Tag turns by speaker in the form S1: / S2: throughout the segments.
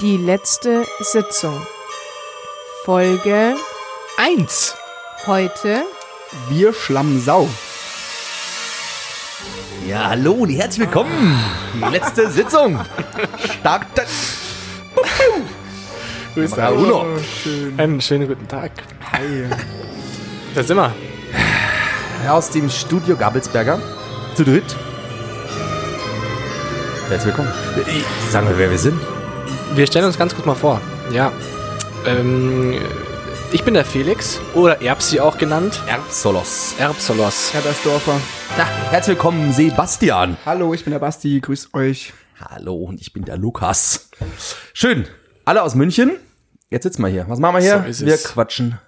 S1: Die letzte Sitzung. Folge
S2: Eins.
S1: heute.
S3: Wir schlammen Sau.
S2: Ja, hallo und herzlich willkommen. Die letzte Sitzung. Startet.
S4: Grüß
S2: Herr
S4: euch.
S2: Uno.
S4: Einen schönen guten Tag. Da sind wir.
S2: Aus dem Studio Gabelsberger. Zu dritt. Herzlich willkommen. Ich- Sagen wir, wer wir sind.
S4: Wir stellen uns ganz kurz mal vor. Ja. Ähm, ich bin der Felix oder Erbsi auch genannt.
S2: Erbsolos.
S4: Erbsolos.
S3: Herdersdorfer.
S2: Na, herzlich willkommen, Sebastian.
S3: Hallo, ich bin der Basti, grüß euch.
S2: Hallo und ich bin der Lukas. Schön. Alle aus München. Jetzt sitzen wir hier. Was machen wir hier?
S4: So ist
S2: wir
S4: es.
S2: quatschen.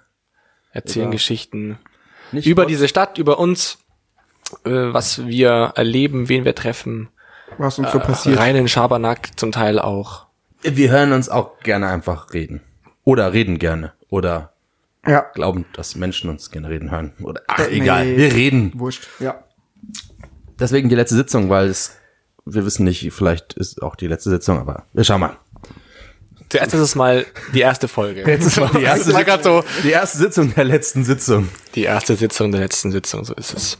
S4: Erzählen Geschichten
S2: Nicht
S4: über
S2: Gott.
S4: diese Stadt, über uns, äh, was wir erleben, wen wir treffen.
S3: Was uns so
S4: Äh,
S3: passiert.
S4: Reinen Schabernack zum Teil auch.
S2: Wir hören uns auch gerne einfach reden. Oder reden gerne. Oder
S3: Ja,
S2: glauben, dass Menschen uns gerne reden hören. Oder, ach,
S3: Nee.
S2: egal. Wir reden.
S3: wurscht. Ja.
S2: Deswegen die letzte Sitzung, weil es, wir wissen nicht, vielleicht ist auch die letzte Sitzung, aber wir schauen mal.
S4: Zuerst ist es mal die erste Folge.
S2: Jetzt war die erste,
S4: Das war grad so.
S2: die erste Sitzung der letzten Sitzung.
S4: Die erste Sitzung der letzten Sitzung, so ist es.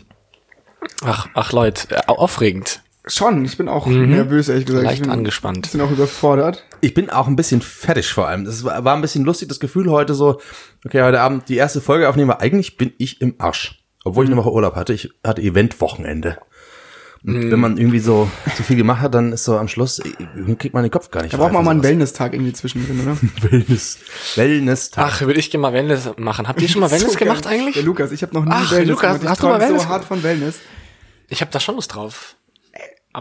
S4: Ach, ach Leute, äh, au- aufregend.
S3: Schon, ich bin auch nervös, ehrlich gesagt.
S4: Mhm. Leicht
S3: ich bin
S4: angespannt.
S3: Ein bisschen auch überfordert.
S2: Ich bin auch ein bisschen fertig vor allem. Das war, war ein bisschen lustig, das Gefühl heute so, okay, heute Abend die erste Folge aufnehmen, weil eigentlich bin ich im Arsch. Obwohl ich
S3: Mhm.
S2: eine Woche Urlaub hatte, ich hatte Eventwochenende.
S3: Mhm.
S2: Und wenn man irgendwie so zu viel gemacht hat, dann ist so am Schluss, äh, irgendwie kriegt man den Kopf gar nicht.
S3: Da braucht man mal einen
S2: einen
S3: Wellness-Tag irgendwie zwischendrin, oder?
S2: Wellness. Wellness-Tag.
S4: Ach, würde ich gerne mal Wellness machen. Habt ihr schon mal Wellness
S3: So geil.
S4: gemacht
S3: Der
S4: eigentlich?
S3: Lukas, ich habe noch nie
S4: Ach,
S3: Wellness
S4: Lukas,
S3: gemacht. Ich
S4: hast du mal
S3: träum
S4: Wellness
S3: so hart von Wellness.
S4: Ich habe da schon Lust drauf.
S2: Äh,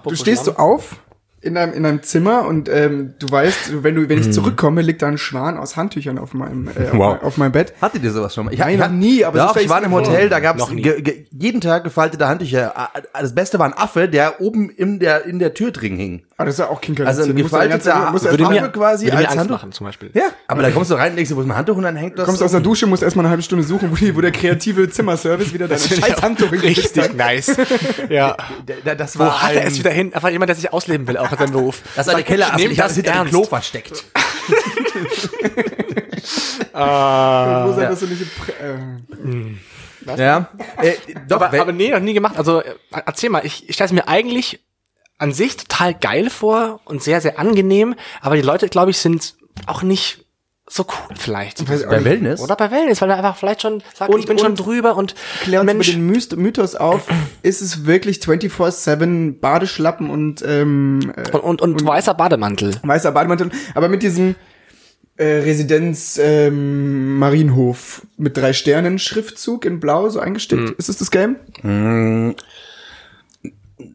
S3: Du stehst so auf in deinem, in deinem Zimmer und ähm, du weißt, wenn du
S4: Mhm.
S3: wenn ich zurückkomme, liegt da ein Schwan aus Handtüchern auf meinem äh, auf
S2: Wow.
S3: mein- auf meinem Bett.
S2: Hattet ihr sowas schon mal? Ich,
S3: Nein, noch
S2: hat-
S3: nie, aber so
S2: doch,
S3: stell
S2: ich
S3: ich's
S2: war im
S3: mir vor.
S2: Hotel, da gab's
S4: Noch nie.
S2: ge- ge- jeden Tag gefaltete Handtücher. Ah, ah, Das Beste war ein Affe, der oben in der, in der Tür drin hing.
S3: Aber das ist ja auch Kinker.
S2: Also ein gefalteter
S3: musst
S2: würde
S3: erst
S2: mir-
S3: mal-
S2: quasi
S4: würde mir
S2: als
S4: Angst
S2: Handtuch-
S4: machen zum Beispiel.
S2: Ja, aber da kommst du rein, legst du wo ist mein Handtuch und dann hängt das.
S3: kommst aus der Dusche, musst erstmal eine halbe Stunde suchen, wo, die, wo der kreative Zimmerservice wieder deine scheiß Handtuch hingekriegt hat.
S4: Richtig nice. ja.
S2: Da- da- das
S4: Wo
S2: war
S4: hat er es
S2: ein,
S4: wieder hin? Einfach jemand, der sich ausleben will, auch in seinem Beruf.
S2: das war eine Keller,
S4: Nehmt
S2: ich habe
S4: das
S2: hinter dem
S4: ernst.
S2: Klo versteckt.
S3: Wo sein,
S2: Ah, ja.
S3: dass du nicht im Pre äh,
S2: Ja, äh, doch,
S4: Aber,
S2: wenn-
S4: aber nee, noch nie gemacht. Also äh, erzähl mal, ich, ich stelle es mir eigentlich an sich total geil vor und sehr, sehr angenehm, aber die Leute, glaube ich, sind auch nicht so cool vielleicht.
S3: weiß ich auch
S2: bei
S3: nicht.
S2: Wellness.
S4: Oder bei Wellness, weil er einfach vielleicht schon sagt,
S3: Und-
S4: ich bin schon
S3: und-
S4: drüber und
S3: Klär uns
S4: Mensch,
S3: über den Myst- Mythos auf. Ist es wirklich 24-7 Badeschlappen und ähm, äh,
S4: und, und, und, weißer Bademantel.
S3: weißer Bademantel? Aber mit diesem äh, Residenz ähm, Marienhof mit drei Sternen Schriftzug in blau so eingestickt.
S2: Mhm.
S3: Ist es das Game?
S2: Äh,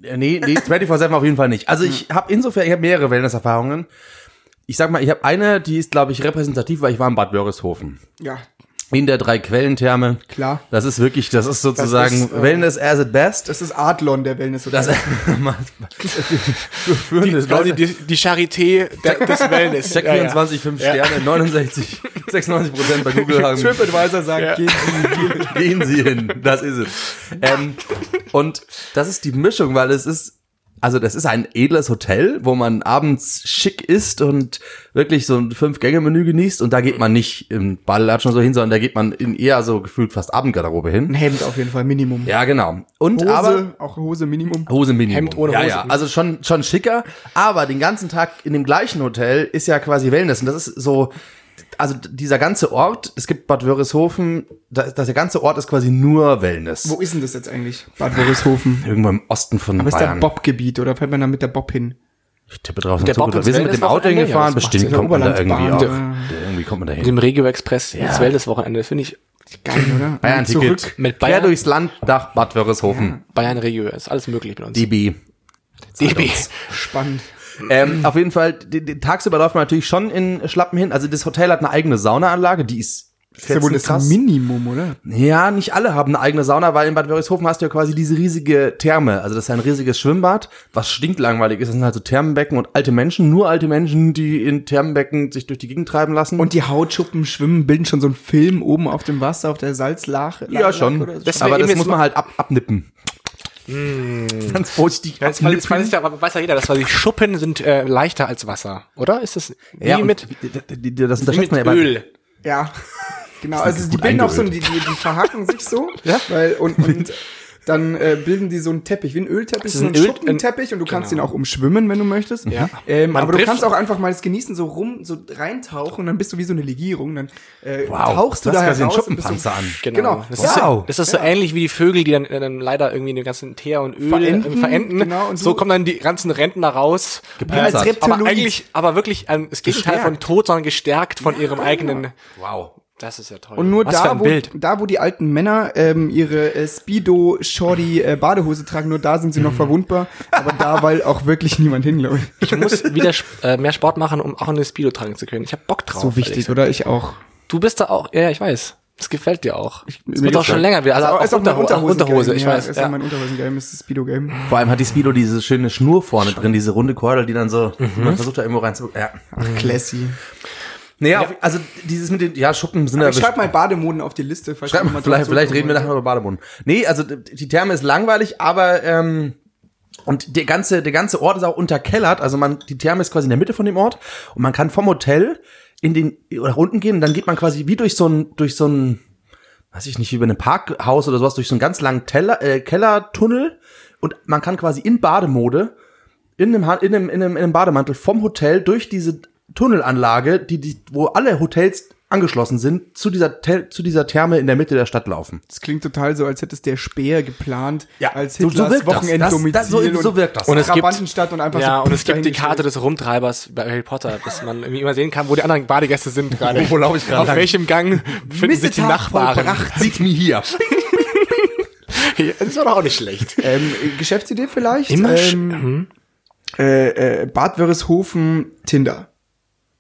S2: Nee, nee, 24-7 auf jeden Fall nicht. Also ich habe insofern, ich habe mehrere Wellness-Erfahrungen. Ich sag mal, ich habe eine, die ist, glaube ich, repräsentativ, weil ich war in Bad Wörishofen.
S3: Ja.
S2: In der Drei-Quellen-Therme.
S3: Klar.
S2: Das ist wirklich, das ist sozusagen
S3: ist, äh,
S2: Wellness as it best.
S3: Das ist Adlon der Wellness oder
S2: Das führen
S4: Quasi
S2: Leute.
S4: die, die Charité der, des Wellness.
S2: Check 24, 5 Sterne, 69, 96 Prozent bei Google haben.
S3: TripAdvisor sagt,
S4: Ja.
S3: gehen Sie
S2: Gehen Sie hin, das ist es. Ähm, und das ist die Mischung, weil es ist, also das ist ein edles Hotel, wo man abends schick isst und wirklich so ein Fünf-Gänge-Menü genießt und da geht man nicht im Ballatschen so hin, sondern da geht man in eher so gefühlt fast Abendgarderobe
S3: ein
S2: hin.
S3: Hemd auf jeden Fall Minimum.
S2: Ja, genau. Und
S3: Hose,
S2: aber
S3: auch Hose Minimum.
S2: Hose Minimum.
S4: Hemd ohne
S2: ja,
S4: Hose.
S2: Ja, also schon, schon schicker. Aber den ganzen Tag in dem gleichen Hotel ist ja quasi Wellness. Und das ist so, also dieser ganze Ort, es gibt Bad Wörishofen, das, das der ganze Ort ist quasi nur Wellness.
S3: Wo ist denn das jetzt eigentlich? Bad Wörishofen.
S2: Irgendwo im Osten von
S3: Was ist da
S2: Bayern.
S3: Bobgebiet oder fährt man da mit der Bob hin?
S2: Ich tippe drauf.
S4: Der
S2: so
S4: Bob
S2: gut.
S4: ins
S2: Wir sind mit dem
S4: Wellness
S2: Auto
S4: Wochenende? Ja,
S2: hingefahren,
S4: das macht
S2: bestimmt
S3: Sinn.
S2: kommt man da irgendwie
S3: Oberlandbahn.
S2: auch.
S3: Ja.
S2: Irgendwie kommt man da
S4: Mit dem
S2: hin.
S4: Regio Express ins Wellness-Wochenende, finde ich
S3: Geil, oder? Und
S2: Bayern-Ticket.
S3: Zurück.
S4: Mit
S2: Quer
S4: Bayern-
S2: durchs Land nach Bad Wörishofen.
S4: Bayern Regio, ist alles möglich mit uns.
S2: DB.
S4: DB.
S3: Spannend.
S2: Ähm, auf jeden Fall, den, den tagsüber läuft man natürlich schon in Schlappen hin. Also das Hotel hat eine eigene Saunaanlage, die ist
S3: Das ist ja wohl das
S2: fetzen krass.
S3: Minimum, oder?
S2: Ja, nicht alle haben eine eigene Sauna, weil in Bad Wörishofen hast du ja quasi diese riesige Therme. Also das ist ein riesiges Schwimmbad, was stinklangweilig ist. Das sind halt so Thermenbecken und alte Menschen, nur alte Menschen, die in Thermenbecken sich durch die Gegend treiben lassen.
S3: Und die Hautschuppen schwimmen, bilden schon so einen Film oben auf dem Wasser, auf der Salzlache.
S2: ja, schon.
S3: Oder so.
S4: Das wär
S2: Aber
S4: eben
S2: das
S4: jetzt
S2: muss
S4: mal-
S2: man halt ab, abnippen. Ganz vorsichtig.
S4: Ja, Hm. das weiß, das weiß, ja, aber weiß ja jeder, dass die Schuppen sind äh, leichter als Wasser, oder? Ist das wie
S2: ja, und
S4: mit,
S2: die- die- das
S4: wie
S2: unterschätzt man
S4: mit
S2: ja immer.
S4: Öl?
S3: Ja, genau. Also die
S2: gut
S3: bilden auch so, ein- die,
S2: eingeölt.
S3: die, die verhaken sich so, weil und, und dann äh, bilden die so einen Teppich, wie ein Ölteppich,
S4: ist
S3: so
S4: ein
S3: einen
S4: Öl-
S3: Schuppenteppich und du kannst
S4: Genau.
S3: ihn auch umschwimmen, wenn du möchtest.
S4: Ja.
S3: Ähm,
S4: Man
S3: aber du
S4: trifft-
S3: kannst auch einfach mal das genießen, so rum, so reintauchen und dann bist du wie so eine Legierung, dann äh,
S2: Wow,
S3: tauchst du
S2: das
S3: da
S2: quasi ein
S3: heraus und bist so,
S2: Schuppenpanzer an.
S3: Genau.
S4: Das,
S2: Wow.
S4: ist, so- das ist so ähnlich wie die Vögel, die dann, äh, dann leider irgendwie den ganzen Teer und Öl
S3: Verenden,
S4: verenden. verenden.
S3: genau, und
S4: so
S3: du-
S4: kommen dann die ganzen Rentner raus.
S2: Gepanzert.
S4: Äh,
S2: Als
S4: aber
S3: Reptiloid.
S4: eigentlich, aber wirklich ähm, das Gegenteil von
S3: Gestärkt.
S4: tot, sondern gestärkt von ihrem eigenen.
S2: Wow.
S4: Das ist ja toll.
S3: Und nur
S4: Was für
S3: da
S4: ein
S3: wo,
S4: Bild.
S3: da, wo die alten Männer ähm, ihre äh, Speedo-Shorty-Badehose tragen, nur da sind sie noch
S2: Mhm.
S3: verwundbar. Aber da, weil auch wirklich niemand hin, glaube ich.
S4: Ich muss wieder sp- äh, mehr Sport machen, um auch eine Speedo tragen zu können. Ich habe Bock drauf.
S3: So wichtig,
S4: ehrlich.
S3: oder? Ich auch.
S4: Du bist da auch, ja, ja, ich weiß. Es gefällt dir auch. Es
S3: Mir
S4: wird auch
S3: gefällt-
S4: schon länger wieder. Also
S3: Ist
S4: auch,
S3: ist
S4: Unterho-
S3: mein Unterhosen-
S4: Unterhose, ich
S3: ja,
S4: weiß.
S3: Ist
S4: ja.
S3: auch mein Unterhosen-Game, ist das Speedo-Game.
S2: Vor allem hat die Speedo diese schöne Schnur vorne drin, diese runde Kordel, die dann so,
S3: Mhm.
S2: man versucht da irgendwo reinzugucken. Mhm. Ja.
S3: Ach, classy.
S2: Naja, also dieses mit den, ja, Schuppen sind ja
S3: Aber ich schreib mal Bademoden auf die Liste. Falls
S2: Schreib
S3: wir
S2: mal,
S3: mal
S2: vielleicht,
S3: drauf
S2: vielleicht reden wir nachher
S3: zurückkommen
S2: über Bademoden. Nee, also d- die Therme ist langweilig, aber ähm, und der ganze, der ganze Ort ist auch unterkellert. Also man, die Therme ist quasi in der Mitte von dem Ort und man kann vom Hotel in den nach unten gehen und dann geht man quasi wie durch so ein, durch so ein, weiß ich nicht, wie über ein Parkhaus oder sowas, durch so einen ganz langen Teller, äh, Kellertunnel und man kann quasi in Bademode in einem, Ha- in einem, in einem, in einem Bademantel vom Hotel durch diese Tunnelanlage, die, die, wo alle Hotels angeschlossen sind, zu dieser, Tel- zu dieser Therme in der Mitte der Stadt laufen.
S3: Das klingt total so, als hätte es der Speer geplant, als
S2: so, so
S3: Hitlers
S2: wirkt das. das,
S3: Wochenenddomizil
S2: das so, so wirkt das.
S3: und
S4: es gibt-
S3: Trabantenstadt und einfach
S4: Ja,
S3: so
S4: und es gibt die
S3: dahingestellt.
S4: Karte des Rumtreibers bei Harry Potter, dass man irgendwie immer sehen kann, wo die anderen Badegäste sind gerade.
S2: Wo laufe ich gerade
S4: Auf
S2: lang?
S4: welchem Gang befinden sich die
S3: Missetat
S4: Nachbarn?
S3: vollbracht.
S2: sieht mir hier.
S4: Das war doch auch nicht schlecht.
S3: Ähm, äh, Geschäftsidee vielleicht?
S4: Immer sch-
S3: ähm, äh, äh, Bad Wörishofen, Tinder.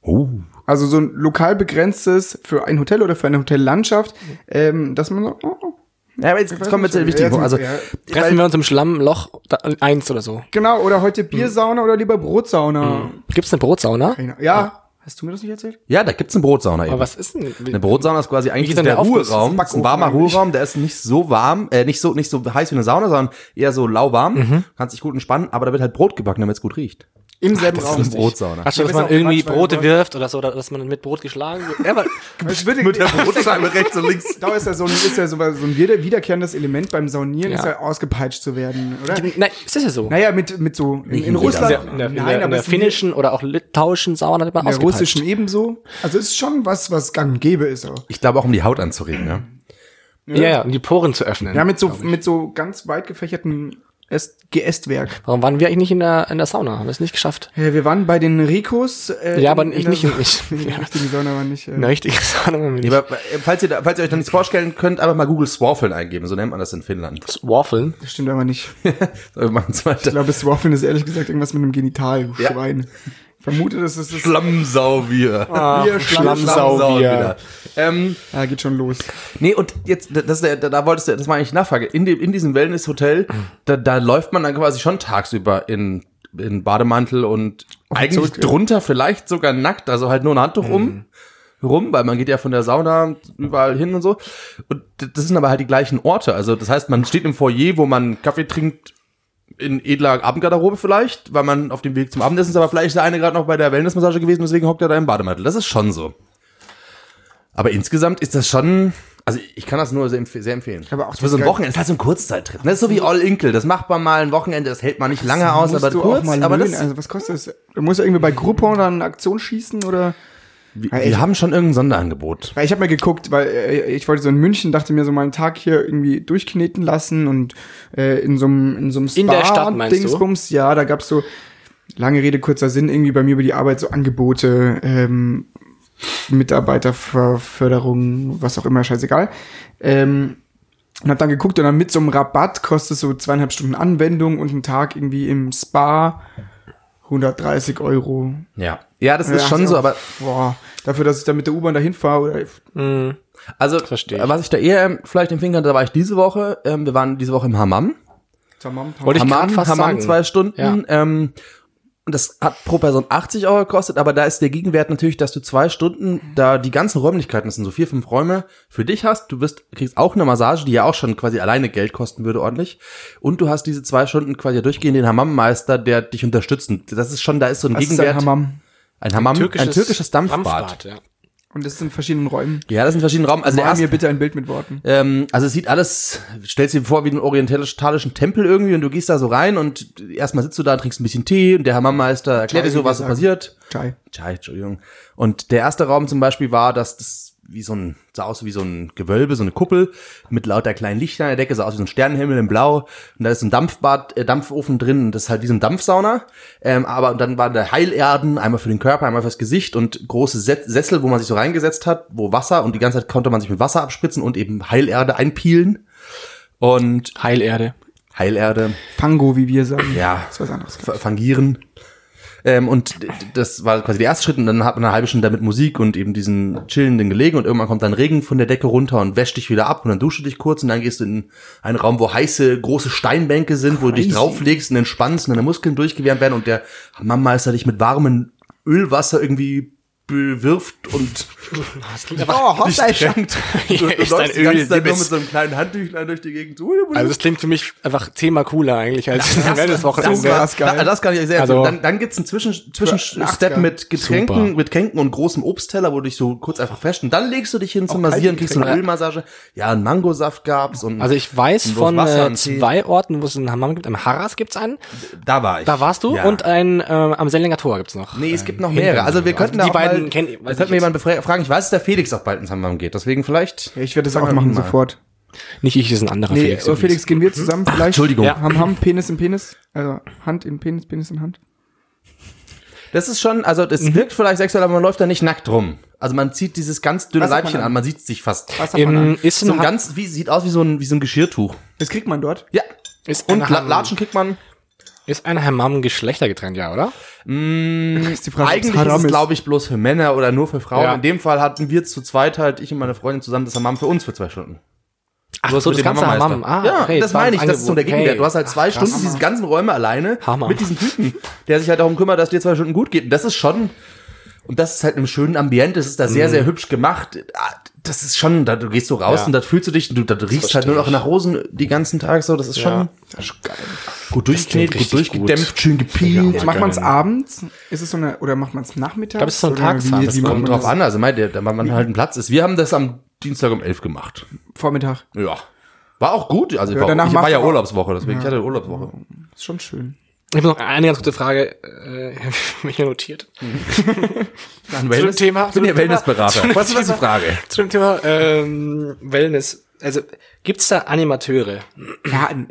S2: Oh.
S3: Also so ein lokal begrenztes für ein Hotel oder für eine Hotellandschaft, ähm, dass man so, oh, oh.
S2: Ja, aber jetzt, jetzt kommen wir zu den
S3: Ja,
S2: wichtigen
S3: jetzt-
S2: Punkten. Also,
S3: ja.
S4: Treffen wir uns im Schlammloch da- eins oder so.
S3: genau, oder heute Biersauna oder lieber Brotsauna.
S4: Gibt's eine Brotsauna?
S3: Genau. Ja, hast du mir das nicht erzählt?
S2: ja, da gibt's einen Brotsauna eben.
S4: Aber was ist denn?
S2: Eine Brotsauna ist quasi eigentlich
S4: geht denn
S2: der
S4: der Aufguss?
S2: Ruheraum,
S3: Das ist ein
S2: ein warmer
S3: Backofen eigentlich.
S2: Ruheraum, der ist nicht so warm, äh, nicht so nicht so heiß wie eine Sauna, sondern eher so lauwarm. Kannst dich gut entspannen, aber da wird halt Brot gebacken, damit es gut riecht.
S3: Im selben
S2: Das
S3: Raum.
S2: ist eine Brotsauna.
S4: Ach so,
S3: Ja,
S4: dass
S3: ist
S4: man
S3: auch
S4: irgendwie
S3: Quatsch, weil
S4: Brote
S3: wir-
S4: wirft oder so, oder dass man mit Brot geschlagen wird. Ja, aber
S3: Es würde,
S2: Brotsauna rechts und links.
S3: da ist ja so ein, ist ja so, so ein wieder- wiederkehrendes Element beim Saunieren,
S4: Ja.
S3: ist ja ausgepeitscht zu werden, oder?
S4: nein, es ist ja so.
S3: Naja, mit, mit so, in, in
S2: in
S3: Russland,
S4: Ja, in der, in der, in der
S3: es ist in-
S4: finnischen oder auch litauischen Sauna hat man
S3: in der
S4: ausgepeitscht.
S3: russischen ebenso. Also es ist schon was, was gang und gäbe ist auch.
S2: Ich glaube auch, um die Haut anzuregen, ja.
S4: Ja, ja, um die Poren zu öffnen.
S3: Ja, mit so, mit so ganz weit gefächertem Est Geästwerk.
S4: Warum waren wir eigentlich nicht in der, in der Sauna? Haben wir es nicht geschafft?
S3: Äh, wir waren bei den Ricos. Äh,
S4: Ja, aber
S3: in- in
S4: ich
S3: der-
S4: nicht- ich-
S3: Nee, die
S4: ja.
S3: richtigen Sonne war nicht. Äh,
S4: Eine richtige Sauna haben wir
S2: Ja,
S4: nicht.
S2: Aber äh, falls ihr, da, falls ihr euch noch nichts vorstellen könnt, einfach mal Google Swarfeln eingeben, so nennt man das in Finnland.
S4: Das Wafeln.
S3: das stimmt aber nicht.
S2: So, wir machen es
S3: Ich
S2: weiter.
S3: glaube, es Waffeln ist ehrlich gesagt irgendwas mit einem Genital.
S2: Ja.
S3: Schwein. Ich vermute, das ist das.
S2: Schlammsauvier. Ah,
S3: Bier, Schlamm-
S4: Schlammsau-
S2: Schlammsauvier.
S4: Schlammsauvier.
S2: Ähm,
S3: Ja, geht schon los.
S2: Nee, und jetzt, das, ist der- da, da wolltest du, das war eigentlich die Nachfrage. In, dem, in diesem Wellness-Hotel, da, da läuft man dann quasi schon tagsüber in, in Bademantel und eigentlich
S3: zurück, ja.
S2: drunter vielleicht sogar nackt, also halt nur ein Handtuch um, rum, weil man geht ja von der Sauna überall hin und so. Und d- das sind aber halt die gleichen Orte. Also das heißt, man steht im Foyer, wo man Kaffee trinkt, in edler Abendgarderobe vielleicht, weil man auf dem Weg zum Abendessen ist, aber vielleicht ist der eine gerade noch bei der Wellnessmassage gewesen, deswegen hockt er da im Bademantel. Das ist schon so. Aber insgesamt ist das schon, also ich kann das nur sehr, empf sehr empfehlen.
S3: Aber auch
S2: für so ein
S3: geil-
S2: Wochenende, das ist halt so ein Kurzzeittrip. Das ist so wie All Inkel, das macht man mal ein Wochenende, das hält man nicht lange aus,
S3: Musst
S2: aber
S3: du auch
S2: kurz,
S3: mal
S2: aber
S3: löhnen.
S2: das,
S3: also, was kostet das? Du musst ja irgendwie bei Groupon dann eine Aktion schießen oder?
S2: wir,
S3: ich-
S2: wir haben schon irgendein Sonderangebot.
S3: Weil ich habe mal geguckt, weil äh, ich wollte so in München, dachte mir so mal einen Tag hier irgendwie durchkneten lassen und äh, in so einem in so einem Spa
S4: In der Stadt meinst du?
S3: Dingsbums, ja, da gab's so lange Rede kurzer Sinn irgendwie bei mir über die Arbeit so Angebote, ähm, Mitarbeiterförderung, was auch immer, scheißegal. Ähm, und hab dann geguckt und dann mit so einem Rabatt kostet so zweieinhalb Stunden Anwendung und einen Tag irgendwie im Spa 130 Euro.
S2: Ja. Ja, das ist
S3: Ja,
S2: schon
S3: ja.
S2: so, aber
S3: Boah, dafür, dass ich dann mit der U-Bahn dahin fahre oder
S4: Mhm.
S2: also
S4: Verstehe ich.
S2: was ich da eher ähm, vielleicht empfehlen kann, da war ich diese Woche, ähm, wir waren diese Woche im Hammam.
S3: Tamam, tamam.
S4: Wollte ich
S2: Hammam,
S4: gerade fast
S2: Hammam
S4: sagen.
S2: zwei Stunden. Ähm, und das hat pro Person 80 Euro gekostet, aber da ist der Gegenwert natürlich, dass du zwei Stunden da die ganzen Räumlichkeiten, das sind so vier, fünf Räume, für dich hast. Du bist, kriegst auch eine Massage, die ja auch schon quasi alleine Geld kosten würde ordentlich. Und du hast diese zwei Stunden quasi durchgehend den Hammammeister, der dich unterstützt. Und Das ist schon, da ist so ein
S3: Das ist
S2: Gegenwert.
S3: ein Hammam.
S2: ein Hammam, ein türkisches, Dampfbad.
S4: ja.
S3: Und das ist in verschiedenen Räumen.
S2: Ja, das sind verschiedene Raum. Also
S3: Also
S2: der
S3: Mal
S2: erste,
S3: mir bitte ein Bild mit Worten.
S2: ähm, also es sieht alles, stellst dir vor wie einen orientalischen Tempel irgendwie und du gehst da so rein und erstmal sitzt du da, trinkst ein bisschen Tee und der Hammermeister erklärt dir so, was so
S3: Chai,
S2: passiert.
S3: Chai.
S2: Chai, Entschuldigung. Und der erste Raum zum Beispiel war, dass das wie so ein, sah aus wie so ein Gewölbe, so eine Kuppel mit lauter kleinen Lichtern an der Decke, sah aus wie so ein Sternenhimmel in Blau. Und da ist so ein Dampfbad, äh, Dampfofen drin und das ist halt wie so ein Dampfsauna. Ähm, aber und dann waren da Heilerden, einmal für den Körper, einmal fürs Gesicht und große Set Sessel, wo man sich so reingesetzt hat, wo Wasser und die ganze Zeit konnte man sich mit Wasser abspritzen und eben Heilerde einpielen. Und
S4: Heilerde.
S2: Heilerde
S3: Fango, wie wir sagen.
S2: ja,
S3: Das ist was anderes.
S2: f- Fangieren. Ähm, und d- d- das war quasi der erste Schritt und dann hat man eine halbe Stunde damit Musik und eben diesen chillenden Gelegen und irgendwann kommt dann Regen von der Decke runter und wäscht dich wieder ab und dann duschst du dich kurz und dann gehst du in einen Raum, wo heiße, große Steinbänke sind, wo du dich
S3: Crazy.
S2: drauflegst und entspannst und deine Muskeln durchgewärmt werden und der Hammameister dich mit warmem Ölwasser irgendwie bewirft und
S4: Das klingt einfach,
S2: dich tränkt.
S4: Hier
S2: Du, du
S4: ist
S2: läufst
S4: dein
S2: die ganze Zeit nur
S4: Ölliebes.
S2: mit so einem kleinen Handtüchlein durch die Gegend.
S4: also das klingt für mich einfach zehnmal cooler eigentlich als
S2: Das,
S4: das, das
S2: das,
S4: Wochenende.
S2: war,
S3: krass geil.
S2: Da, das kann ich euch sehr
S4: Also-
S2: erzählen. dann, dann gibt's einen Zwischen, Zwischenstep
S3: Nachgang.
S2: mit Getränken,
S4: Super.
S2: mit Kränken und großem Obstteller, wo du dich so kurz einfach fest und dann legst du dich hin zum Massieren, kriegst so eine
S4: Getränke.
S2: Ölmassage. Ja, einen Mangosaft gab's und
S4: Also ich weiß
S2: und bloß
S4: von
S2: Wasser
S4: äh,
S2: und Tee.
S4: zwei Orten, wo es einen Hammam gibt. Am Harras gibt's einen.
S2: da war ich.
S4: Da warst du
S2: Ja.
S4: und ein, äh, am Sellinger Tor gibt's noch. Äh,
S2: Nee, es gibt noch mehrere. Also wir könnten
S4: die
S2: da auch mal,
S4: beiden kenn- weiß
S2: wir
S4: ich
S2: könnten
S4: jetzt.
S2: jemanden befra- fragen. Ich weiß, dass der Felix auch bald ins Hammam geht, deswegen vielleicht.
S3: Ja, ich werde das
S2: Sagen
S3: auch
S2: wir
S3: machen,
S2: ihn mal.
S3: sofort.
S4: Nicht ich, ist ein anderer
S3: Nee,
S4: Felix.
S2: oh,
S3: Felix,
S4: übrigens.
S3: Felix, gehen wir zusammen vielleicht?
S2: Entschuldigung.
S4: Ja.
S3: Ham, Ham, Penis in Penis. Also Hand in Penis, Penis in Hand.
S2: Das ist schon, also
S4: Mhm.
S2: das wirkt vielleicht sexuell, aber man läuft da nicht nackt rum. Also man zieht dieses ganz dünne
S3: Was hat man
S2: Leibchen
S3: an?
S2: an, man sieht sich fast.
S3: Was hat man
S4: Im,
S3: an?
S4: ist
S2: So ein
S4: ein,
S2: ganz, wie, sieht aus wie so ein, wie so ein Geschirrtuch.
S3: Das kriegt man dort.
S2: Ja.
S4: ist
S2: Und
S4: ein
S2: La-
S4: Hammam-
S2: Latschen kriegt man.
S4: Ist ein Hammam geschlechtergetrennt, ja, oder?
S3: Ist die Frage, ob's
S2: Hm, Eigentlich
S3: Haram
S2: ist es, glaube ich, bloß für Männer oder nur für Frauen.
S4: Ja.
S2: In dem Fall hatten wir zu zweit halt, ich und meine Freundin zusammen, das Hammam für uns für zwei Stunden.
S4: Ach,
S2: hast mit dem Hammameister.
S4: Ah,
S2: ja,
S4: okay,
S2: das
S4: war
S2: meine ich,
S4: ein
S2: das ist so
S4: Angebot.
S2: der Gegenwert.
S4: Okay.
S2: Du hast halt zwei
S4: Ach, krass.
S2: Stunden diese ganzen Räume alleine
S4: Hammer.
S2: mit diesem Typen, der sich halt darum kümmert, dass dir zwei Stunden gut geht. Und das ist schon, und das ist halt in einem schönen Ambiente, es ist da sehr, sehr hübsch gemacht. Ah, Das ist schon, da, du gehst so raus
S4: Mhm. Ja.
S2: und da fühlst du dich, du, da du riechst halt
S4: verstehe
S2: nur noch
S4: ich.
S2: nach Rosen die ganzen Tag so, das ist schon
S4: Ja.
S2: gut durchgeknetet,
S4: klingt
S2: gut
S4: richtig gut.
S2: durchgedämpft, schön gepielt.
S4: Ja.
S3: Macht man es
S4: Geil.
S3: abends? Ist es so eine, oder macht man es nachmittags? Ich
S4: glaube, es ist so ein Tagsfahrt.
S3: Wie,
S4: Das
S3: wie macht
S2: Kommt
S3: man
S2: drauf
S3: das?
S2: an, also mein, der, der, wenn man halt einen Platz ist. Wir haben das am Dienstag um elf gemacht.
S3: Vormittag.
S2: Ja. War auch gut. Also ich,
S3: Ja,
S2: war,
S3: danach
S2: ich war
S3: macht's
S2: ja
S3: auch-
S2: Urlaubswoche, deswegen ich hatte Urlaubswoche.
S3: Ist schon schön.
S4: Ich habe noch eine ganz gute Frage, äh, habe ich mir hier notiert.
S2: Ein
S4: Wellness- Thema-
S2: Ich bin ja
S4: zu dem Thema- zu
S2: Wellnessberater.
S4: dem
S2: Was ist diese
S4: Thema-
S2: Frage?
S4: Zu dem Thema ähm, Wellness. Also, gibt's da Animateure?
S3: Ja, n-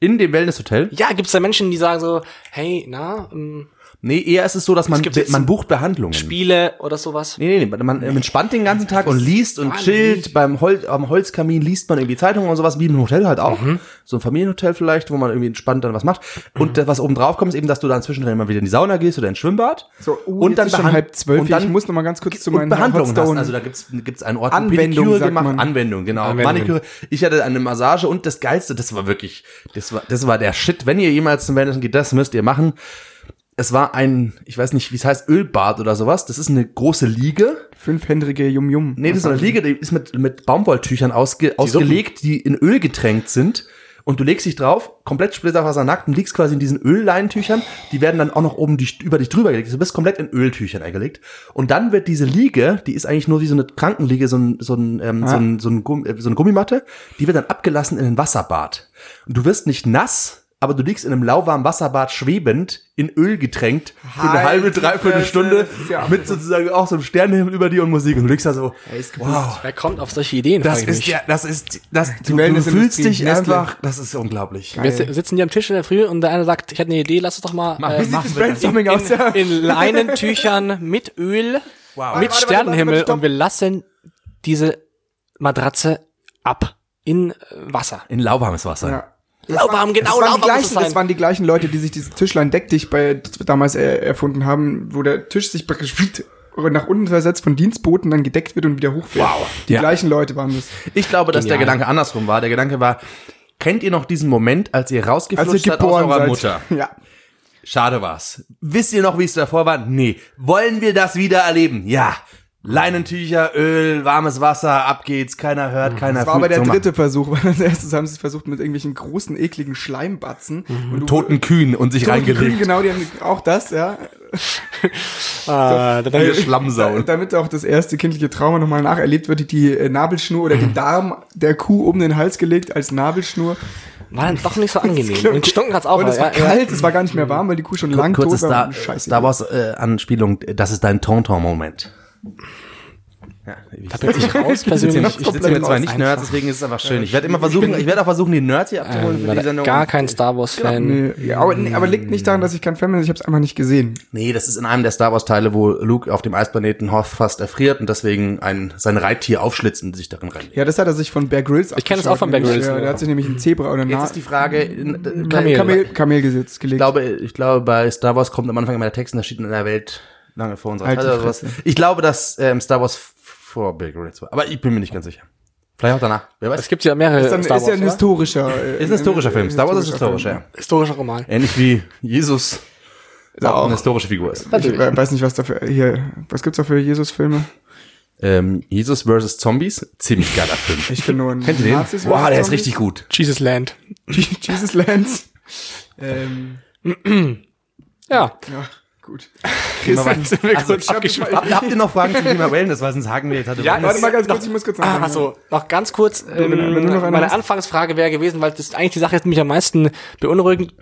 S2: In dem Wellnesshotel?
S4: Ja, gibt's da Menschen, die sagen so, hey, na, ähm,
S2: Nee, eher ist es so, dass man,
S4: Es gibt jetzt
S2: man bucht Behandlungen.
S4: Spiele oder sowas?
S2: Nee, nee, nee, man man entspannt den ganzen Tag und liest und
S4: Ah,
S2: chillt. Beim Hol am Holzkamin liest man irgendwie Zeitungen und sowas, wie im Hotel halt auch. So ein Familienhotel vielleicht, wo man irgendwie entspannt dann was macht. Und das, was oben drauf kommt, ist eben, dass du dann zwischendrin mal wieder in die Sauna gehst oder ins Schwimmbad.
S3: so, uh, und dann ist schon
S2: behand-
S3: halb zwölf.
S2: Und dann
S3: ich muss noch mal ganz kurz zu
S2: und
S3: meinen
S2: Behandlungen hast.
S3: Hotstone-
S2: Also da gibt's gibt's einen Ort, wo
S3: Anwendung,
S2: Pediküre
S3: sagt
S2: gemacht,
S3: man.
S2: Anwendung, genau.
S4: Anwendung.
S2: Maniküre. Ich hatte eine Massage und das Geilste, das war wirklich, das war, das war der Shit. Wenn ihr jemals zum Wellnessen geht, das müsst ihr machen. Es war ein, ich weiß nicht, wie es heißt, Ölbad oder sowas. Das ist eine große Liege.
S3: Fünfhändrige Yum-Yum.
S2: Nee, das ist eine Liege, die ist mit, mit Baumwolltüchern ausge, ausgelegt, die in Öl getränkt sind. Und du legst dich drauf, komplett splitterfasernackt und liegst quasi in diesen Ölleintüchern. Die werden dann auch noch oben dich, über dich drüber gelegt. Du bist komplett in Öltüchern eingelegt. Und dann wird diese Liege, die ist eigentlich nur wie so eine Krankenliege, so, ein, so, ein, ähm,
S3: Ah.
S2: so, ein, so, ein Gumm, äh, so eine Gummimatte, die wird dann abgelassen in ein Wasserbad. Und du wirst nicht nass, aber du liegst in einem lauwarmen Wasserbad schwebend, in Öl getränkt, für eine
S3: Halt
S2: halbe,
S3: die
S2: dreiviertel
S3: Fresse,
S2: Stunde,
S3: das ist ja
S2: mit sozusagen auch so einem Sternenhimmel über dir und Musik. Und du liegst da so, wow.
S4: Wer kommt auf solche Ideen?
S2: Das
S4: frag ich
S2: ist
S4: mich.
S2: ja, das ist, das, du, du
S3: Wellnessindustrie,
S2: fühlst dich
S3: Nestle.
S2: einfach, das ist unglaublich.
S4: Wir si- sitzen hier am Tisch in der Früh und der eine sagt, ich hatte eine Idee, lass uns doch mal äh,
S3: Wie sieht das
S4: wir das.
S3: Brainstorming
S4: in,
S3: aus? Ja.
S4: in Leinentüchern mit
S2: Wow.
S4: Öl, mit
S3: Warte, warte, warte,
S4: Sternenhimmel
S3: warte, stopp.
S4: und wir lassen diese Matratze ab in äh, Wasser.
S2: In lauwarmes Wasser.
S3: Ja.
S4: Lauwarm, genau,
S3: das,
S4: lauwarm muss
S3: waren die
S4: es
S3: gleichen, das
S4: sein.
S3: waren die gleichen Leute, die sich dieses Tischlein deck dich bei damals äh, erfunden haben, wo der Tisch sich praktisch nach unten versetzt von Dienstboten, dann gedeckt wird und wieder hochfährt. Wow. Die
S2: Ja.
S3: gleichen Leute waren das.
S2: Ich glaube, dass der
S4: Genial.
S2: Gedanke andersrum war. Der Gedanke war, kennt ihr noch diesen Moment, als ihr
S3: Als ihr
S2: rausgeflutscht seid halt aus
S3: geboren
S2: eurer
S3: seid.
S2: Mutter?
S3: Ja.
S2: Schade war's. Wisst ihr noch, wie es davor war? Nee. Wollen wir das wieder erleben? Ja. Leinentücher, Öl, warmes Wasser, ab geht's, keiner hört, keiner
S3: Mhm. Das war aber
S2: fühlt,
S3: der
S2: so machen.
S3: dritte Versuch, weil als erstes haben sie es versucht mit irgendwelchen großen, ekligen Schleimbatzen. Und du-
S2: Toten Kühen und sich
S3: Toten Kühen,
S2: Mhm. reingelegt.
S3: Genau, die haben auch das, ja.
S4: Ah, da-
S2: Wir
S4: dann-
S2: Schlammsauen.
S3: Damit auch das erste kindliche Trauma nochmal nacherlebt wird, die äh, Nabelschnur oder
S2: Mhm.
S3: den Darm der Kuh um den Hals gelegt als Nabelschnur.
S4: war dann doch nicht so angenehm. Und stunken hat's auch.
S3: Und es
S4: ja,
S3: war kalt, es war gar nicht mehr warm, weil die Kuh schon lang
S2: Kurze
S3: tot war.
S2: Star,
S3: und Scheiße.
S2: Star Wars äh, Anspielung, das ist dein Tonton-Moment. Ja, ich
S4: Ja. Ich raus
S2: sitze hier,
S4: persönlich.
S2: mit- ich sitze hier mit zwei Nicht-Nerds, deswegen ist es einfach schön. Ich Äh, werde immer versuchen, ich werde auch versuchen, die Nerds hier abzuholen für die Sendung.
S4: Ähm, Gar kein Star Wars-Fan.
S3: Nee, ja, aber, nee, aber liegt nicht daran, dass ich kein Fan bin, ich habe es einfach nicht gesehen.
S2: Nee, das ist in einem der Star Wars Teile, wo Luke auf dem Eisplaneten Hoth fast erfriert und deswegen ein, sein Reittier aufschlitzt und sich darin reinlegt.
S3: Ja, das hat er sich von Bear Grylls
S4: Ich kenn das auch von Bear Grylls,
S3: Ja,
S4: ja.
S3: der hat sich nämlich ein Zebra oder
S2: Jetzt
S3: Na-
S2: ist die Frage, in-
S3: ein
S2: äh, ich
S4: Kamel.
S3: Kamel, Kamel gesetzt, gelegt.
S2: glaube, ich glaube, bei Star Wars kommt am Anfang immer der Text und da steht in der Welt lange vor unserer
S3: Halt die
S2: Zeit. oder was.
S3: Fresse.
S2: Ich glaube, dass ähm, Star Wars vor Bill Gates war, aber ich bin mir nicht ganz sicher. Vielleicht auch danach, wer weiß.
S4: Es gibt ja mehrere
S3: ist, dann,
S4: Star
S3: ist ja ein
S4: Wars.
S3: historischer. äh,
S2: Ist ein historischer Film. Star Wars ist historischer.
S3: Film.
S2: ja.
S4: historischer Roman.
S2: Ähnlich wie Jesus
S3: Ja,
S2: auch eine
S3: auch.
S2: historische Figur ist.
S3: Ich we- weiß nicht, was dafür hier. Was gibt's da für Jesus-Filme?
S2: Ähm, Jesus vs. Zombies, ziemlich geiler Film.
S3: Ich bin nur ein
S2: Kennt ihr den?
S3: Nazis-
S2: Boah, der ist richtig gut.
S4: Jesus Land.
S3: Jesus Lance. ähm,
S4: Ja.
S3: ja, gut.
S2: Mal weiter.
S4: sind wir
S2: Also,
S4: kurz abgeschweift.
S2: Habt habt ihr noch Fragen zum Thema Wellness? Weil sonst haken wir jetzt halt
S4: Ja,
S3: Warte mal ganz kurz,
S4: Noch-
S3: ich muss kurz
S4: Ah,
S3: nachdenken.
S4: also noch ganz kurz, ähm,
S3: wenn- wenn du noch eine
S4: meine
S3: hast.
S4: Anfangsfrage wäre gewesen, weil das ist eigentlich die Sache, die mich am meisten beunruhigt,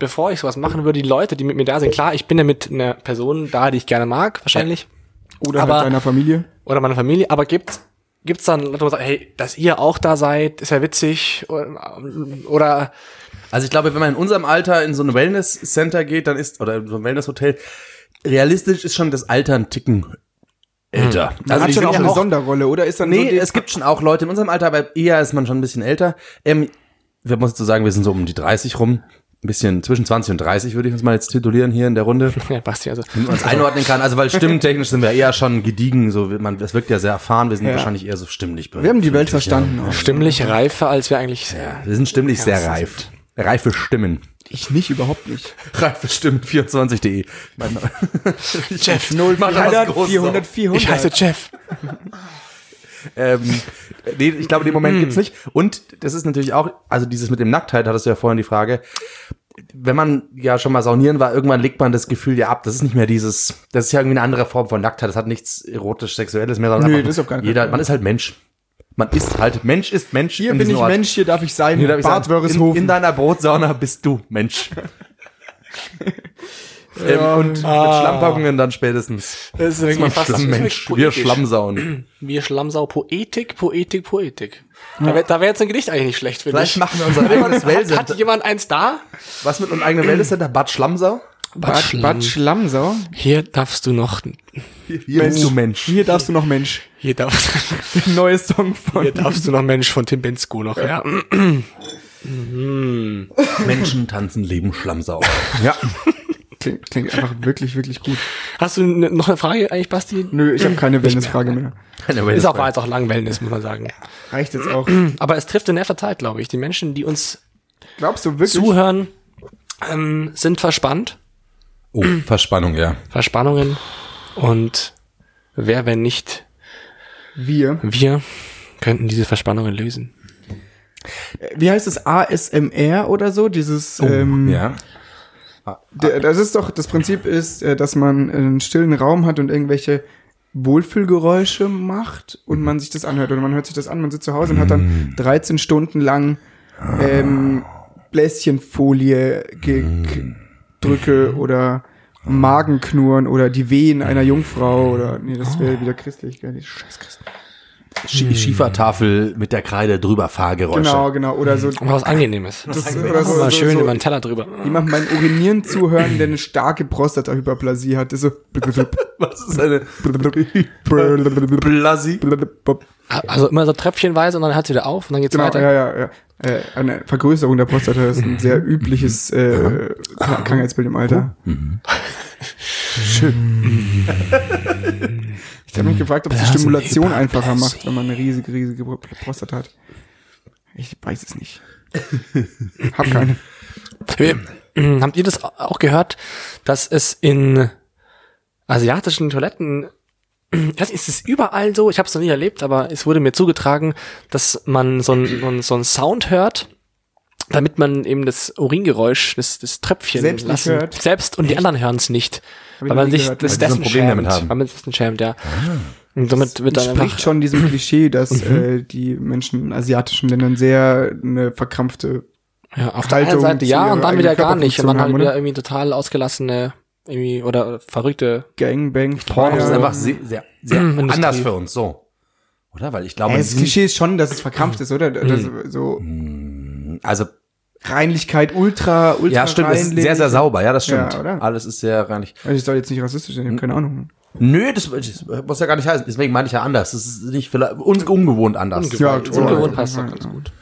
S4: bevor ich sowas machen würde, die Leute, die mit mir da sind. Klar, ich bin ja mit einer Person da, die ich gerne mag, wahrscheinlich.
S3: Oder
S4: aber- also
S3: mit deiner Familie.
S4: Oder meiner Familie, aber gibt gibt's dann Leute, die sagen, hey, dass ihr auch da seid, ist ja witzig oder, oder
S2: Also ich glaube, wenn man in unserem Alter in so ein Wellness-Center geht, dann ist, oder in so ein Wellness-Hotel, realistisch ist schon das Alter ein Ticken älter.
S3: Man
S2: die
S3: Hm. hat schon
S2: sind
S3: auch
S2: Also ja
S3: eine Sonderrolle, oder? Ist dann so
S2: Nee,
S3: die-
S2: es gibt schon auch Leute in unserem Alter, aber eher ist man schon ein bisschen älter. Ähm, wir müssen so sagen, wir sind so um die 30 rum. Ein bisschen zwischen 20 und 30 würde ich uns mal jetzt titulieren hier in der Runde.
S4: ja, Basti, also
S2: Wenn man uns einordnen kann. Also, weil stimmtechnisch sind wir eher schon gediegen. So, man, das wirkt ja sehr erfahren. Wir sind
S3: Ja.
S2: wahrscheinlich eher so stimmlich.
S3: wir haben die Welt verstanden.
S4: stimmlich reifer, als wir eigentlich
S2: Ja, wir sind stimmlich sehr
S4: Ja,
S2: reif. Reife Stimmen.
S3: Ich nicht, überhaupt nicht.
S2: Reife Stimmen 24.de. Mein Name.
S4: Jeff,
S3: 0,
S2: Mach doch was
S3: 400,
S2: Großes
S3: 400, 400.
S4: ich heiße Jeff.
S2: Ähm, nee, ich glaube, den Moment gibt's nicht. Und das ist natürlich auch, also dieses mit dem Nacktheit hattest du ja vorhin die Frage. Wenn man ja schon mal saunieren war, irgendwann legt man das Gefühl ja ab. Das ist nicht mehr dieses, das ist ja irgendwie eine andere Form von Nacktheit. Das hat nichts erotisch-sexuelles mehr, sondern
S3: Nö,
S2: einfach,
S3: das ist auf gar keinen
S2: jeder,
S3: Fall.
S2: man ist halt Mensch. Man ist halt, Mensch ist Mensch.
S3: Hier
S2: in
S3: bin
S2: diesem
S3: ich
S2: Ort.
S3: Mensch, hier darf ich sein.
S2: Hier darf ich sagen,
S3: Bad
S2: in, in
S3: Wörishofen.
S2: deiner Brotsauna bist du Mensch.
S3: Ja, Ah.
S2: ähm, und mit Schlammpackungen dann spätmensch.
S4: Das ist irgendwie fast
S2: Schlammmensch. Wir
S4: poetisch.
S2: Schlammsauen.
S4: Wir Schlammsau Poetik, Poetik, Poetik. Da wäre da wär jetzt ein Gedicht eigentlich nicht schlecht, finde
S2: Vielleicht
S4: ich.
S2: machen wir unser eigenes
S4: Hat, hat
S2: Wellcenter.
S4: jemand eins da?
S2: Was mit einem eigenen Wellcenter? Bad Schlammsau?
S3: Bad, Bad Schlamsau.
S4: Hier darfst du noch,
S2: Hier bist du Mensch.
S3: Hier darfst du noch Mensch.
S4: hier darfst,
S3: Neues Song von.
S4: hier darfst du noch Mensch von Tim Bensko noch, ja.
S2: Menschen tanzen, leben Schlammsau. ja.
S3: Klingt, klingt einfach wirklich, wirklich gut.
S4: Hast du ne, noch eine Frage eigentlich, Basti?
S3: Nö, ich habe keine Wellnessfrage mehr.
S4: Ist auch, war jetzt auch lang Wellness, muss man sagen.
S3: Reicht jetzt auch.
S4: Aber es trifft in der Zeit, glaube ich. Die Menschen, die uns
S3: Glaubst du wirklich?
S4: zuhören, ähm, sind verspannt.
S2: Oh, Verspannung, ja.
S4: Verspannungen. Und wer, wenn nicht
S3: Wir.
S4: wir, könnten diese Verspannungen lösen?
S3: Wie heißt es? ASMR oder so? Dieses. ähm,
S2: ja.
S3: Der, das ist doch, das Prinzip ist, äh, dass man einen stillen Raum hat und irgendwelche Wohlfühlgeräusche macht und man sich das anhört. Oder man hört sich das an, man sitzt zu Hause und hat dann 13 Stunden lang ähm, Bläschenfolie gedrücke oder Magenknurren oder die Wehen einer Jungfrau oder nee, das wäre wieder christlich, gell? Die Scheiß Christen.
S2: Sch Schiefertafel mit der Kreide drüber Fahrgeräusche.
S3: Mhm. Genau, genau. Oder so
S4: Aber was Angenehmes. Das
S3: ist- oder so-
S4: mal
S3: so-
S4: schön
S3: so-
S4: über den Teller drüber.
S3: jemand beim Urinieren zuhören, der eine starke Prostatahyperplasie hat, ist so.
S2: Was ist eine
S3: Genau,
S2: Blasi?
S4: Also immer so tröpfchenweise und dann hört sie wieder auf und dann geht's
S3: Genau,
S4: weiter. Mhm.
S3: ja, ja, ja. Äh, eine Vergrößerung der Prostata ist ein sehr übliches äh, Kra- Krankheitsbild im Alter.
S4: Mhm.
S3: Schön. Ich habe mich gefragt, ob die Stimulation einfacher macht, wenn man eine riesige, riesige Pro- Prostata hat. Ich weiß es nicht. Hab keine.
S4: Wir, habt ihr das auch gehört, dass es in asiatischen Toiletten, ich weiß nicht, ist es überall so? Ich habe es noch nie erlebt, aber es wurde mir zugetragen, dass man so einen so einen- so einen Sound hört, damit man eben das Uringeräusch, das, das Tröpfchen
S3: Selbst nicht
S4: lassen-
S3: hört?
S4: selbst und die anderen hören es nicht,
S3: ich
S4: weil
S3: noch
S4: man
S3: nie
S4: sich
S3: gehört.
S4: das
S2: Weil die so ein
S4: dessen
S2: Problem damit
S4: schämt,
S2: haben.
S4: weil man sich dessen schämt, ja. Und damit wird dann einfach
S3: Spricht Ah. schon diesem Klischee, dass
S4: Mhm.
S3: äh, die Menschen in asiatischen Ländern sehr eine verkrampfte
S4: Ja, auf der einen
S3: Haltung
S4: Seite
S3: zu
S4: ja
S3: ihrer
S4: und dann
S3: eigenen
S4: wieder gar nicht. Und dann halt
S3: Körperfunktion
S4: wieder
S3: haben,
S4: irgendwie total ausgelassene irgendwie oder verrückte.
S3: Gangbang.
S2: Pornos
S3: Feier.
S2: ist einfach sehr, sehr, sehr
S3: Mhm,
S4: Industrie.
S2: anders für uns, so. Oder? Weil ich glaube,
S3: Äh, das
S2: nie-
S3: Klischee ist schon, dass es verkrampft ist, oder? Das, so
S2: Mhm. also,
S3: Reinlichkeit, ultra, ultra
S2: ja, stimmt, es ist sehr, sehr sauber, ja, das stimmt.
S3: Ja, oder?
S2: Alles ist sehr reinlich.
S3: Also ich soll jetzt nicht rassistisch sein, ich habe keine Ahnung.
S2: Nö, das, das muss ja gar nicht heißen. Deswegen meine ich ja anders. Das ist nicht vielleicht, un, ungewohnt anders.
S3: Ja,
S4: So gewohnt
S3: ja,
S4: passt
S3: ja,
S4: doch ganz
S3: ja.
S4: gut.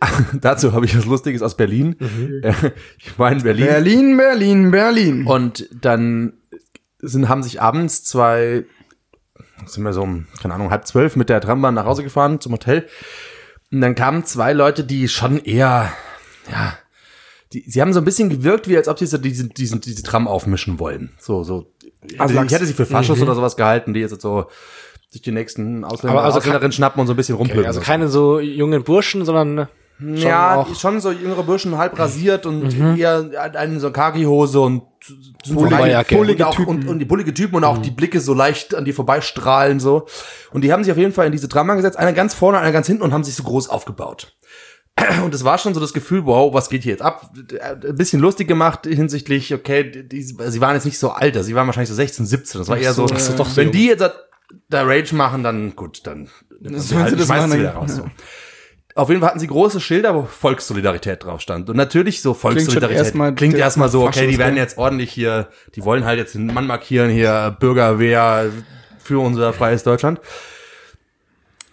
S2: Dazu habe ich was Lustiges aus Berlin.
S4: Mhm.
S2: Äh, Ich war in Berlin.
S3: Berlin, Berlin, Berlin.
S2: Und dann sind, haben sich abends zwei, sind wir so um, keine Ahnung, halb zwölf mit der Trambahn nach Hause gefahren zum Hotel. Und dann kamen zwei Leute, die schon eher, ja, die, sie haben so ein bisschen gewirkt, wie als ob sie so diesen, diesen, diese Tram aufmischen wollen. So, so. Also
S3: Aslaks.
S2: ich hätte sie für Faschos oder sowas gehalten, die jetzt so sich die nächsten Ausländer,
S4: Mhm. Aber also
S2: Ausländerinnen schnappen und so ein bisschen rumpeln.
S4: Okay, also keine so jungen Burschen, sondern ne,
S3: Hm,
S4: schon
S2: ja,
S4: auch Mhm.
S2: schon so jüngere Burschen halb rasiert und eher einen so Kaki-Hose und so
S4: Pullige-
S2: rein-
S4: pullige Mhm.
S2: und, auch, und, und die bullige Typen und auch die Blicke so leicht an die vorbeistrahlen so. Und die haben sich auf jeden Fall in diese Drama gesetzt, einer ganz vorne, einer ganz hinten und haben sich so groß aufgebaut. Und es war schon so das Gefühl, wow, was geht hier jetzt ab? Ein bisschen lustig gemacht hinsichtlich, okay, die, die, sie waren jetzt nicht so alt, sie waren wahrscheinlich so 16, 17. Das war eher so,
S4: so, das ist doch so
S2: wenn
S4: jung.
S2: die jetzt da Rage machen, dann gut, dann, dann
S3: sollen sie das
S2: schmeißt
S3: machen,
S2: wieder
S3: dann-
S2: raus. So. Auf jeden Fall hatten sie große Schilder, wo Volkssolidarität drauf stand. Und natürlich so Volkssolidarität
S3: schon erstmal-
S2: klingt erstmal so, okay, die
S3: Faschungsding.
S2: werden jetzt ordentlich hier, die wollen halt jetzt den Mann markieren hier, Bürgerwehr für unser freies Deutschland.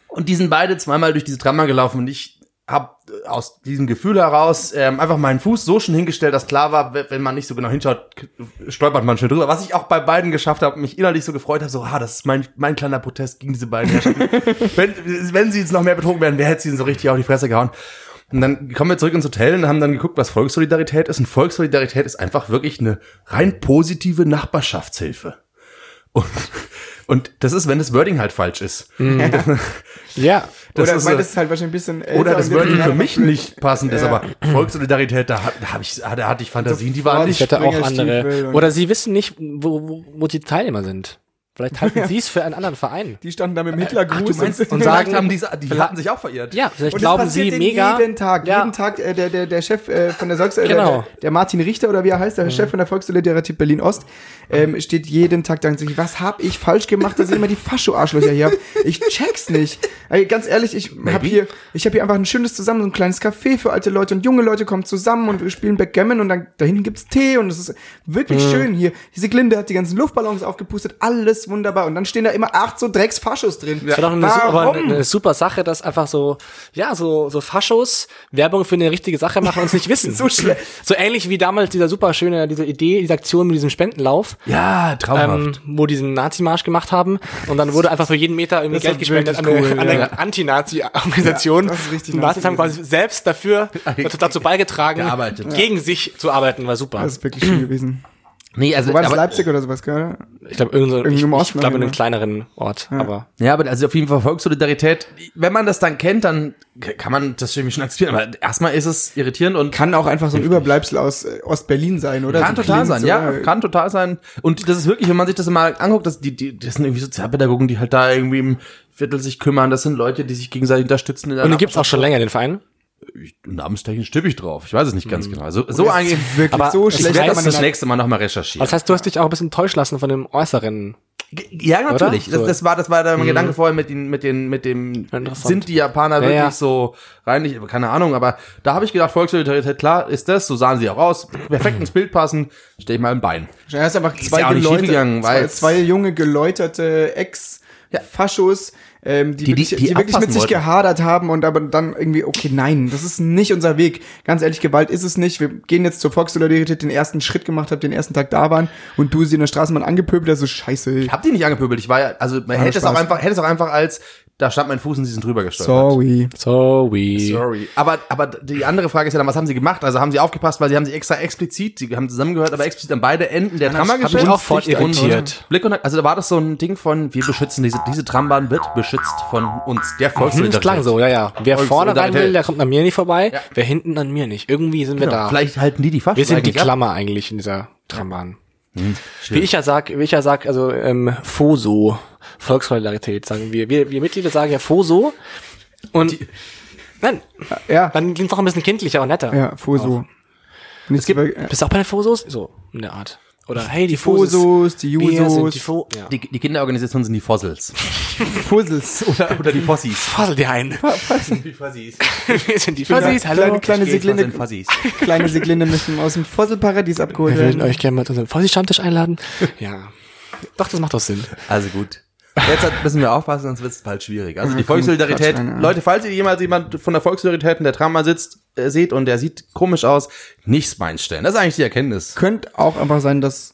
S2: Und die sind beide zweimal durch diese Trammer gelaufen und ich habe aus diesem Gefühl heraus ähm, einfach meinen Fuß so schon hingestellt, dass klar war, we- wenn man nicht so genau hinschaut, k- stolpert man schnell drüber. Was ich auch bei beiden geschafft habe, mich innerlich so gefreut habe, so, ah, das ist mein, mein kleiner Protest gegen diese beiden Herrschaften. wenn, wenn sie jetzt noch mehr betrogen wären, wer hätte sie ihnen so richtig auf die Fresse gehauen? Und dann kommen wir zurück ins Hotel und haben dann geguckt, was Volkssolidarität ist. Und Volkssolidarität ist einfach wirklich eine rein positive Nachbarschaftshilfe. Und, und das ist, wenn das Wording halt falsch ist.
S4: ja.
S2: Das
S3: oder
S2: ist,
S3: weil
S2: äh,
S3: das ist halt wahrscheinlich ein bisschen älter
S2: oder das
S3: und jetzt
S2: Wording für
S3: gerade
S2: mich
S3: noch-
S2: nicht passend ist, aber Volkssolidarität, da, hab- da, hab ich, da hatte ich Fantasien, die waren
S3: Sofort.
S2: nicht.
S4: Ich hätte auch
S3: Springerstiefel
S4: andere.
S3: und-
S4: Oder sie wissen nicht, wo, wo, wo die Teilnehmer sind. Vielleicht halten sie es für einen anderen Verein.
S3: Die standen da mit dem Hitlergruß
S2: und sagen, haben die, die hatten sich auch verirrt.
S4: Ja, vielleicht
S3: Und das
S4: glauben
S3: passiert
S4: sie
S3: denen
S4: mega.
S3: jeden Tag,
S4: Ja.
S3: jeden Tag äh, der, der, der Chef äh, von der Volks äh,
S4: Genau. Mhm.
S3: der, der Martin Richter oder wie er heißt, der Chef von der Volkssolidarität Berlin Ost, ähm, steht jeden Tag da und sagt, was habe ich falsch gemacht, dass ich immer die Fascho-Arschlöcher hier habe? Ich check's nicht. Ey, ganz ehrlich, ich habe hier, ich habe hier einfach ein schönes zusammen, so ein kleines Café für alte Leute und junge Leute kommen zusammen und wir spielen Backgammon und dann da hinten gibt's Tee und es ist wirklich
S4: Mhm.
S3: schön hier. Diese Glinde hat die ganzen Luftballons aufgepustet, alles wunderbar und dann stehen da immer acht so Drecks-Faschos drin.
S4: Das war doch eine, su- aber eine, eine super Sache, dass einfach so, ja, so, so Faschos Werbung für eine richtige Sache machen und es nicht wissen. so,
S3: schle-
S4: so ähnlich wie damals dieser super schöne, diese Idee, diese Aktion mit diesem Spendenlauf.
S2: ja traumhaft.
S4: ähm, wo die diesen Nazi-Marsch gemacht haben und dann wurde einfach für jeden Meter irgendwie
S3: Das
S4: Geld
S3: ist wirklich
S4: gespendet an eine,
S3: cool,
S4: an eine
S3: ja.
S4: Anti-Nazi-Organisation.
S3: Ja, das ist richtig
S4: Die Nazis
S3: Nazi
S4: haben quasi selbst dafür dazu, dazu beigetragen,
S2: Gearbeitet.
S4: gegen sich zu arbeiten, war super.
S3: Das ist wirklich schön gewesen.
S2: nee, also,
S3: War das
S2: aber-
S3: Leipzig oder sowas, gell?
S4: ich glaube, irgend so,
S3: Irgendwie
S4: ich,
S3: im
S4: ich
S3: Osten
S4: glaube, in einem
S3: irgendwie. ne?
S4: kleineren Ort, aber
S2: Ja, aber also auf jeden Fall Volkssolidarität, wenn man das dann kennt, dann k- kann man das irgendwie schon akzeptieren. Aber erstmal ist es irritierend und
S3: Kann auch einfach so ein Überbleibsel aus äh, Ostberlin sein, oder?
S2: Kann
S3: so äh,
S2: total
S3: Klins,
S2: sein, halt. ja,
S3: oder?
S2: kann total sein. Und das ist wirklich, wenn man sich das mal anguckt, das, die, die, das sind irgendwie Sozialpädagogen, die halt da irgendwie im Viertel sich kümmern. Das sind Leute, die sich gegenseitig unterstützen. In der
S4: und den gibt's auch schon länger, den Verein.
S2: Ich- Namenstechnisch tippe ich drauf. Ich weiß es nicht ganz genau. Also, so eigentlich.
S3: Wirklich
S4: Aber
S3: so
S4: es
S2: Ich
S3: schlecht.
S2: werde
S4: heißt-
S2: das
S3: dass man
S2: das
S3: dann-
S2: nächste Mal nochmal
S4: Das
S2: recherchieren.
S4: heißt, du hast dich auch ein bisschen täuschen lassen von dem äußeren.
S2: Ja, natürlich.
S4: Oder? Mhm.
S2: Das, das war, das war der Gedanke vorher mit den, mit den, mit dem,
S4: Interessant.
S2: sind die Japaner
S4: Ja,
S2: wirklich
S4: ja.
S2: so reinlich, keine Ahnung, aber da habe ich gedacht, Volkssolidarität, klar, ist das, so sahen sie auch aus, perfekt ins Bild passen, stehe ich mal im Bein.
S3: Er ist einfach zwei,
S2: ja auch nicht
S3: geläute,
S2: schiefgegangen,
S3: zwei,
S2: weil-
S3: zwei junge geläuterte Ex-Faschos, ähm,
S2: Die-
S3: die,
S2: die-
S3: wirklich,
S2: die
S3: die wirklich
S2: abpassen
S3: mit sich
S2: wollten.
S3: gehadert haben und aber dann irgendwie, okay, nein, das ist nicht unser Weg. Ganz ehrlich, Gewalt ist es nicht. Wir gehen jetzt zur Volkssolidarität, den ersten Schritt gemacht habt, den ersten Tag da waren und du sie in der Straßenbahn angepöbelt hast, so scheiße.
S2: Ich hab die nicht angepöbelt. Ich war ja, also man hätte es auch
S3: Spaß.
S2: einfach, hätte es auch einfach als da stand mein Fuß und sie sind drüber gestolpert.
S3: Sorry.
S4: Sorry.
S2: Sorry. Aber, aber die andere Frage ist ja dann, was haben sie gemacht? Also haben sie aufgepasst, weil sie haben sie extra explizit, sie haben zusammengehört, aber explizit an beide Enden der Trammer
S4: hab ich
S2: gestellt.
S4: auch voll irritiert.
S2: Und Blick und, also da war das so ein Ding von, wir beschützen diese, diese Trambahn wird beschützt von uns, der
S4: Hm, das
S2: Volkssolidarität.
S4: klang so, ja, ja. Wer
S2: Volks-
S4: vorne rein
S2: Solidarität.
S4: will, der kommt an mir nicht vorbei.
S2: Ja.
S4: Wer hinten an mir nicht. Irgendwie sind wir
S3: Genau.
S4: da.
S2: Genau. Vielleicht halten die die Faschung
S4: wir sind die
S2: eigentlich ab.
S4: Klammer eigentlich in dieser Trambahn. Wie ich ja sag, wie ich ja sag, also ähm, FOSO, Volkssolidarität, sagen wir. Wir, wir Mitglieder sagen ja FOSO. Und nein,
S3: Ja,
S4: dann klingt es auch ein bisschen kindlicher und netter.
S3: ja, Foso. Nichts über- ja.
S4: Bist du auch bei den Fosos? So, in der Art. Oder hey, die Fosos.
S3: Fosos, die
S4: wir sind die
S3: Jusos,
S4: Fo ja.
S2: Die, die Kinderorganisationen sind die Fossils.
S3: Fuzzles.
S2: oder, oder die Fossis.
S4: Fassel dir ein.
S2: die Fossis.
S4: wir sind die
S3: Kleine-
S4: Fossis, hallo.
S3: Kleine, kleine Siglinde,
S2: Fossis.
S3: kleine Siglinde müssen aus dem Fossilparadies abgeholt
S4: Wir würden
S3: werden.
S4: euch gerne mal zu unserem Fossi-Stammtisch einladen. ja. Doch, das macht doch Sinn.
S2: Also gut. Jetzt hat- müssen wir aufpassen, sonst wird es bald schwierig. Also die Volkssolidarität,
S3: Quatsch, keine Ahnung.
S2: Leute, falls ihr jemals jemand von der Volkssolidarität in der Trammer sitzt, äh, seht und der sieht komisch aus, nichts beinstellen. Das ist eigentlich die Erkenntnis.
S3: Könnte auch einfach sein, dass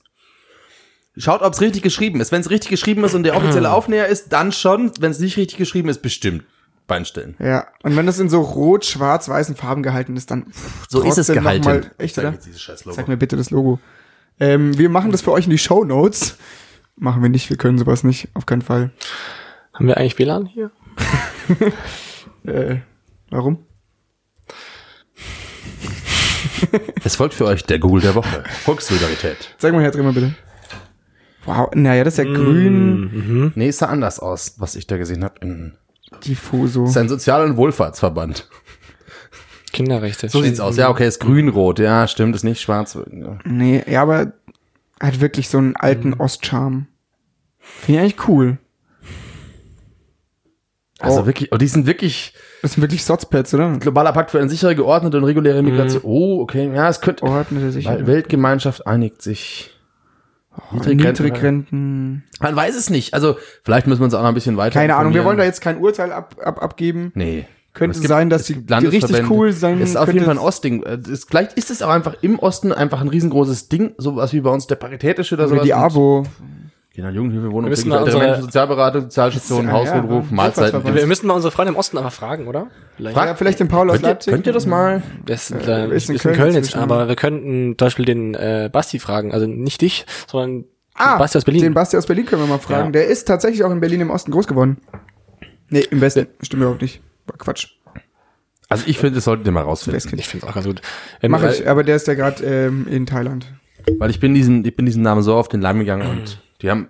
S2: Schaut, ob es richtig geschrieben ist. Wenn es richtig geschrieben ist und der offizielle Aufnäher ist, dann schon. Wenn es nicht richtig geschrieben ist, bestimmt beinstellen.
S3: Ja, und wenn das in so rot-schwarz-weißen Farben gehalten ist, dann pff,
S2: So ist es
S3: trotzdem noch
S2: gehalten.
S3: Mal, echt, oder?
S2: jetzt dieses scheiß Logo.
S3: Zeig mir bitte das Logo. Ähm, wir machen das für euch in die Show Notes. Machen wir nicht, wir können sowas nicht, auf keinen Fall.
S4: Haben wir eigentlich WLAN hier?
S3: Äh, warum?
S2: Es folgt für euch der Google der Woche. Volkssolidarität.
S3: Zeig mal her, dreh mal bitte. Wow, naja, das ist ja grün
S2: Nee, es sah anders aus, was ich da gesehen habe. In-
S3: diffuso.
S2: Es ist ein Sozial- und Wohlfahrtsverband.
S4: Kinderrechte.
S2: So sieht's aus. Ja, okay, ist grün-rot. Ja, stimmt, ist nicht schwarz. Ja.
S3: Nee, ja, aber hat wirklich so einen alten Ostcharme. Finde ich eigentlich cool.
S2: Also
S3: Oh.
S2: wirklich, oh, die sind wirklich
S3: Das sind wirklich Sotzpads, oder?
S2: globaler Pakt für eine sichere, geordnete und reguläre
S3: Mhm.
S2: Migration. Oh, okay, ja, es könnte.
S3: Ordnete halt Sicherheit.
S2: Weltgemeinschaft einigt sich.
S3: Oh,
S2: Niedrigrenten- halt
S3: Niedrigrenten.
S2: Man weiß es nicht. Also, vielleicht müssen wir uns auch noch ein bisschen weiter.
S3: Keine Ahnung, wir
S2: informieren.
S3: wollen da jetzt kein Urteil ab, ab, abgeben.
S2: Nee.
S3: Könnte
S2: Es gibt-
S3: sein, dass
S2: es
S3: die,
S2: gibt
S3: die richtig
S2: Landesverbände.
S3: cool sein
S2: Ist auf
S3: könnte
S2: jeden Fall ein Ostding. Äh, Ist, vielleicht ist es auch einfach im Osten einfach ein riesengroßes Ding, sowas wie bei uns der Paritätische oder
S3: Oder
S2: sowas.
S3: die
S2: Und-
S3: Abo.
S2: Genau, Jugendhilfe,
S4: Wir
S2: Wohnung,
S4: müssen
S2: Pflege,
S4: mal
S2: ältere
S4: unsere-
S2: Menschen, Sozialberatung, Sozialstation,
S3: Ja,
S2: Hausnotruf,
S3: ja,
S2: Mahlzeiten.
S3: Wohlfahrtsverband.
S4: Wir müssen mal unsere Freunde im Osten einfach fragen, oder? Vielleicht.
S3: Ja, vielleicht den Paul aus
S2: Könnt ihr,
S3: Leipzig.
S2: könnt ihr das mal?
S4: Das ist,
S3: Äh,
S4: äh, ist, in Köln, jetzt,
S3: inzwischen.
S4: aber wir könnten zum Beispiel den äh, Basti fragen. Also nicht dich, sondern
S3: Ah,
S4: Basti aus Berlin.
S3: Den Basti aus Berlin können wir mal fragen.
S4: Ja.
S3: Der ist tatsächlich auch in Berlin im Osten groß geworden. Nee, im Westen. Stimmt überhaupt nicht. War Quatsch.
S2: Also ich finde, das solltet ihr mal rausfinden.
S3: Westkind.
S4: ich finde es auch ganz gut. Ähm,
S3: Mach
S4: weil-
S3: ich, äh, aber der ist ja gerade ähm, in Thailand.
S2: Weil ich bin diesen, ich bin diesen Namen so auf den Leim gegangen und die haben.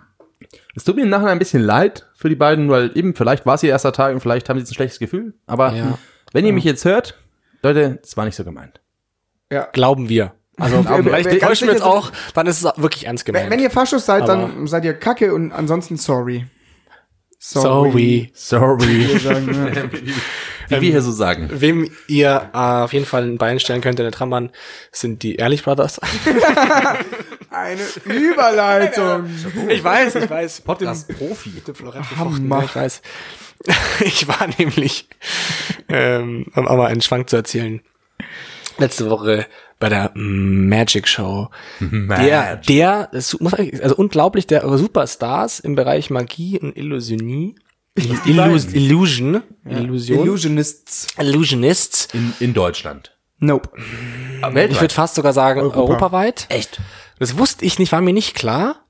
S2: Es tut mir im Nachhinein ein bisschen leid für die beiden, weil eben, vielleicht war es ihr erster Tag und vielleicht haben sie jetzt ein schlechtes Gefühl. Aber
S4: Ja.
S2: wenn ihr mich jetzt hört, Leute, es war nicht so gemeint.
S3: Ja.
S4: Glauben wir. Also
S3: Glauben wir.
S4: vielleicht
S3: Wer- ganz
S4: täuschen wir jetzt
S3: sicher
S4: auch, dann ist es wirklich ernst gemeint.
S3: Wenn, wenn ihr Faschos seid, dann
S4: Aber-
S3: seid ihr kacke und ansonsten sorry.
S4: Sorry.
S2: Sorry. Ähm, Wie
S3: Wir Sagen, ja.
S2: wir hier so sagen.
S4: Wem ihr äh, auf jeden Fall ein Bein stellen könnt in der Trambahn, sind die Ehrlich Brothers.
S3: Eine Überleitung.
S4: ich weiß, ich weiß.
S2: Podcast-Profi.
S4: Mit dem Florett
S3: Hammer.
S4: Hammer. Ich weiß. Ich war nämlich, ähm, um auch mal einen Schwank zu erzählen, letzte Woche bei der Magic Show. Der, der, das muss man- also unglaublich, der Superstars im Bereich Magie und Illusionie. Illus, Illusion. Illusion.
S3: Illusionists.
S4: Illusionists.
S2: In, in Deutschland.
S3: Nope.
S4: Ich würde fast sogar sagen,
S3: Europa.
S4: europaweit.
S2: Echt?
S4: Das wusste ich nicht, war mir nicht klar.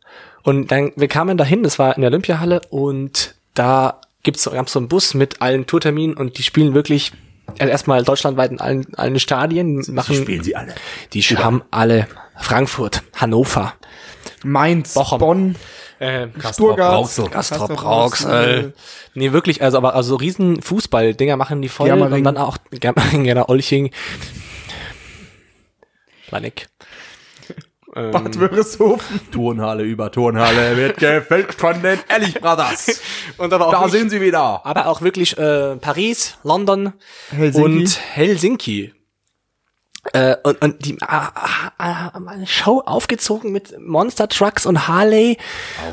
S4: Und dann, wir kamen dahin, das war in der Olympiahalle und da gibt's so, gab's so einen Bus mit allen Tourterminen und die spielen wirklich also erstmal deutschlandweit in allen, allen Stadien. Machen,
S2: sie alle.
S4: die haben alle Frankfurt, Hannover,
S3: Mainz,
S4: Bochum.
S3: Bonn,
S4: äh,
S3: Stuttgart.
S2: Brauxel.
S4: Castrop
S3: Castrop
S4: Rauxel.
S3: Rauxel.
S4: Nee, wirklich, also aber also so riesen Fußball-Dinger machen die voll
S3: Germering.
S4: und dann auch Germering, genau, Olching. Planik. Ähm,
S3: Bad Wörishofen.
S2: Turnhalle über Turnhalle wird gefällt von den Ehrlich Brothers.
S4: Und aber
S2: Da sind sie wieder.
S4: aber auch wirklich äh, Paris, London
S3: Helsinki.
S4: und Helsinki. Äh, und, und die ah, ah, ah, haben eine Show aufgezogen mit Monster Trucks und Harley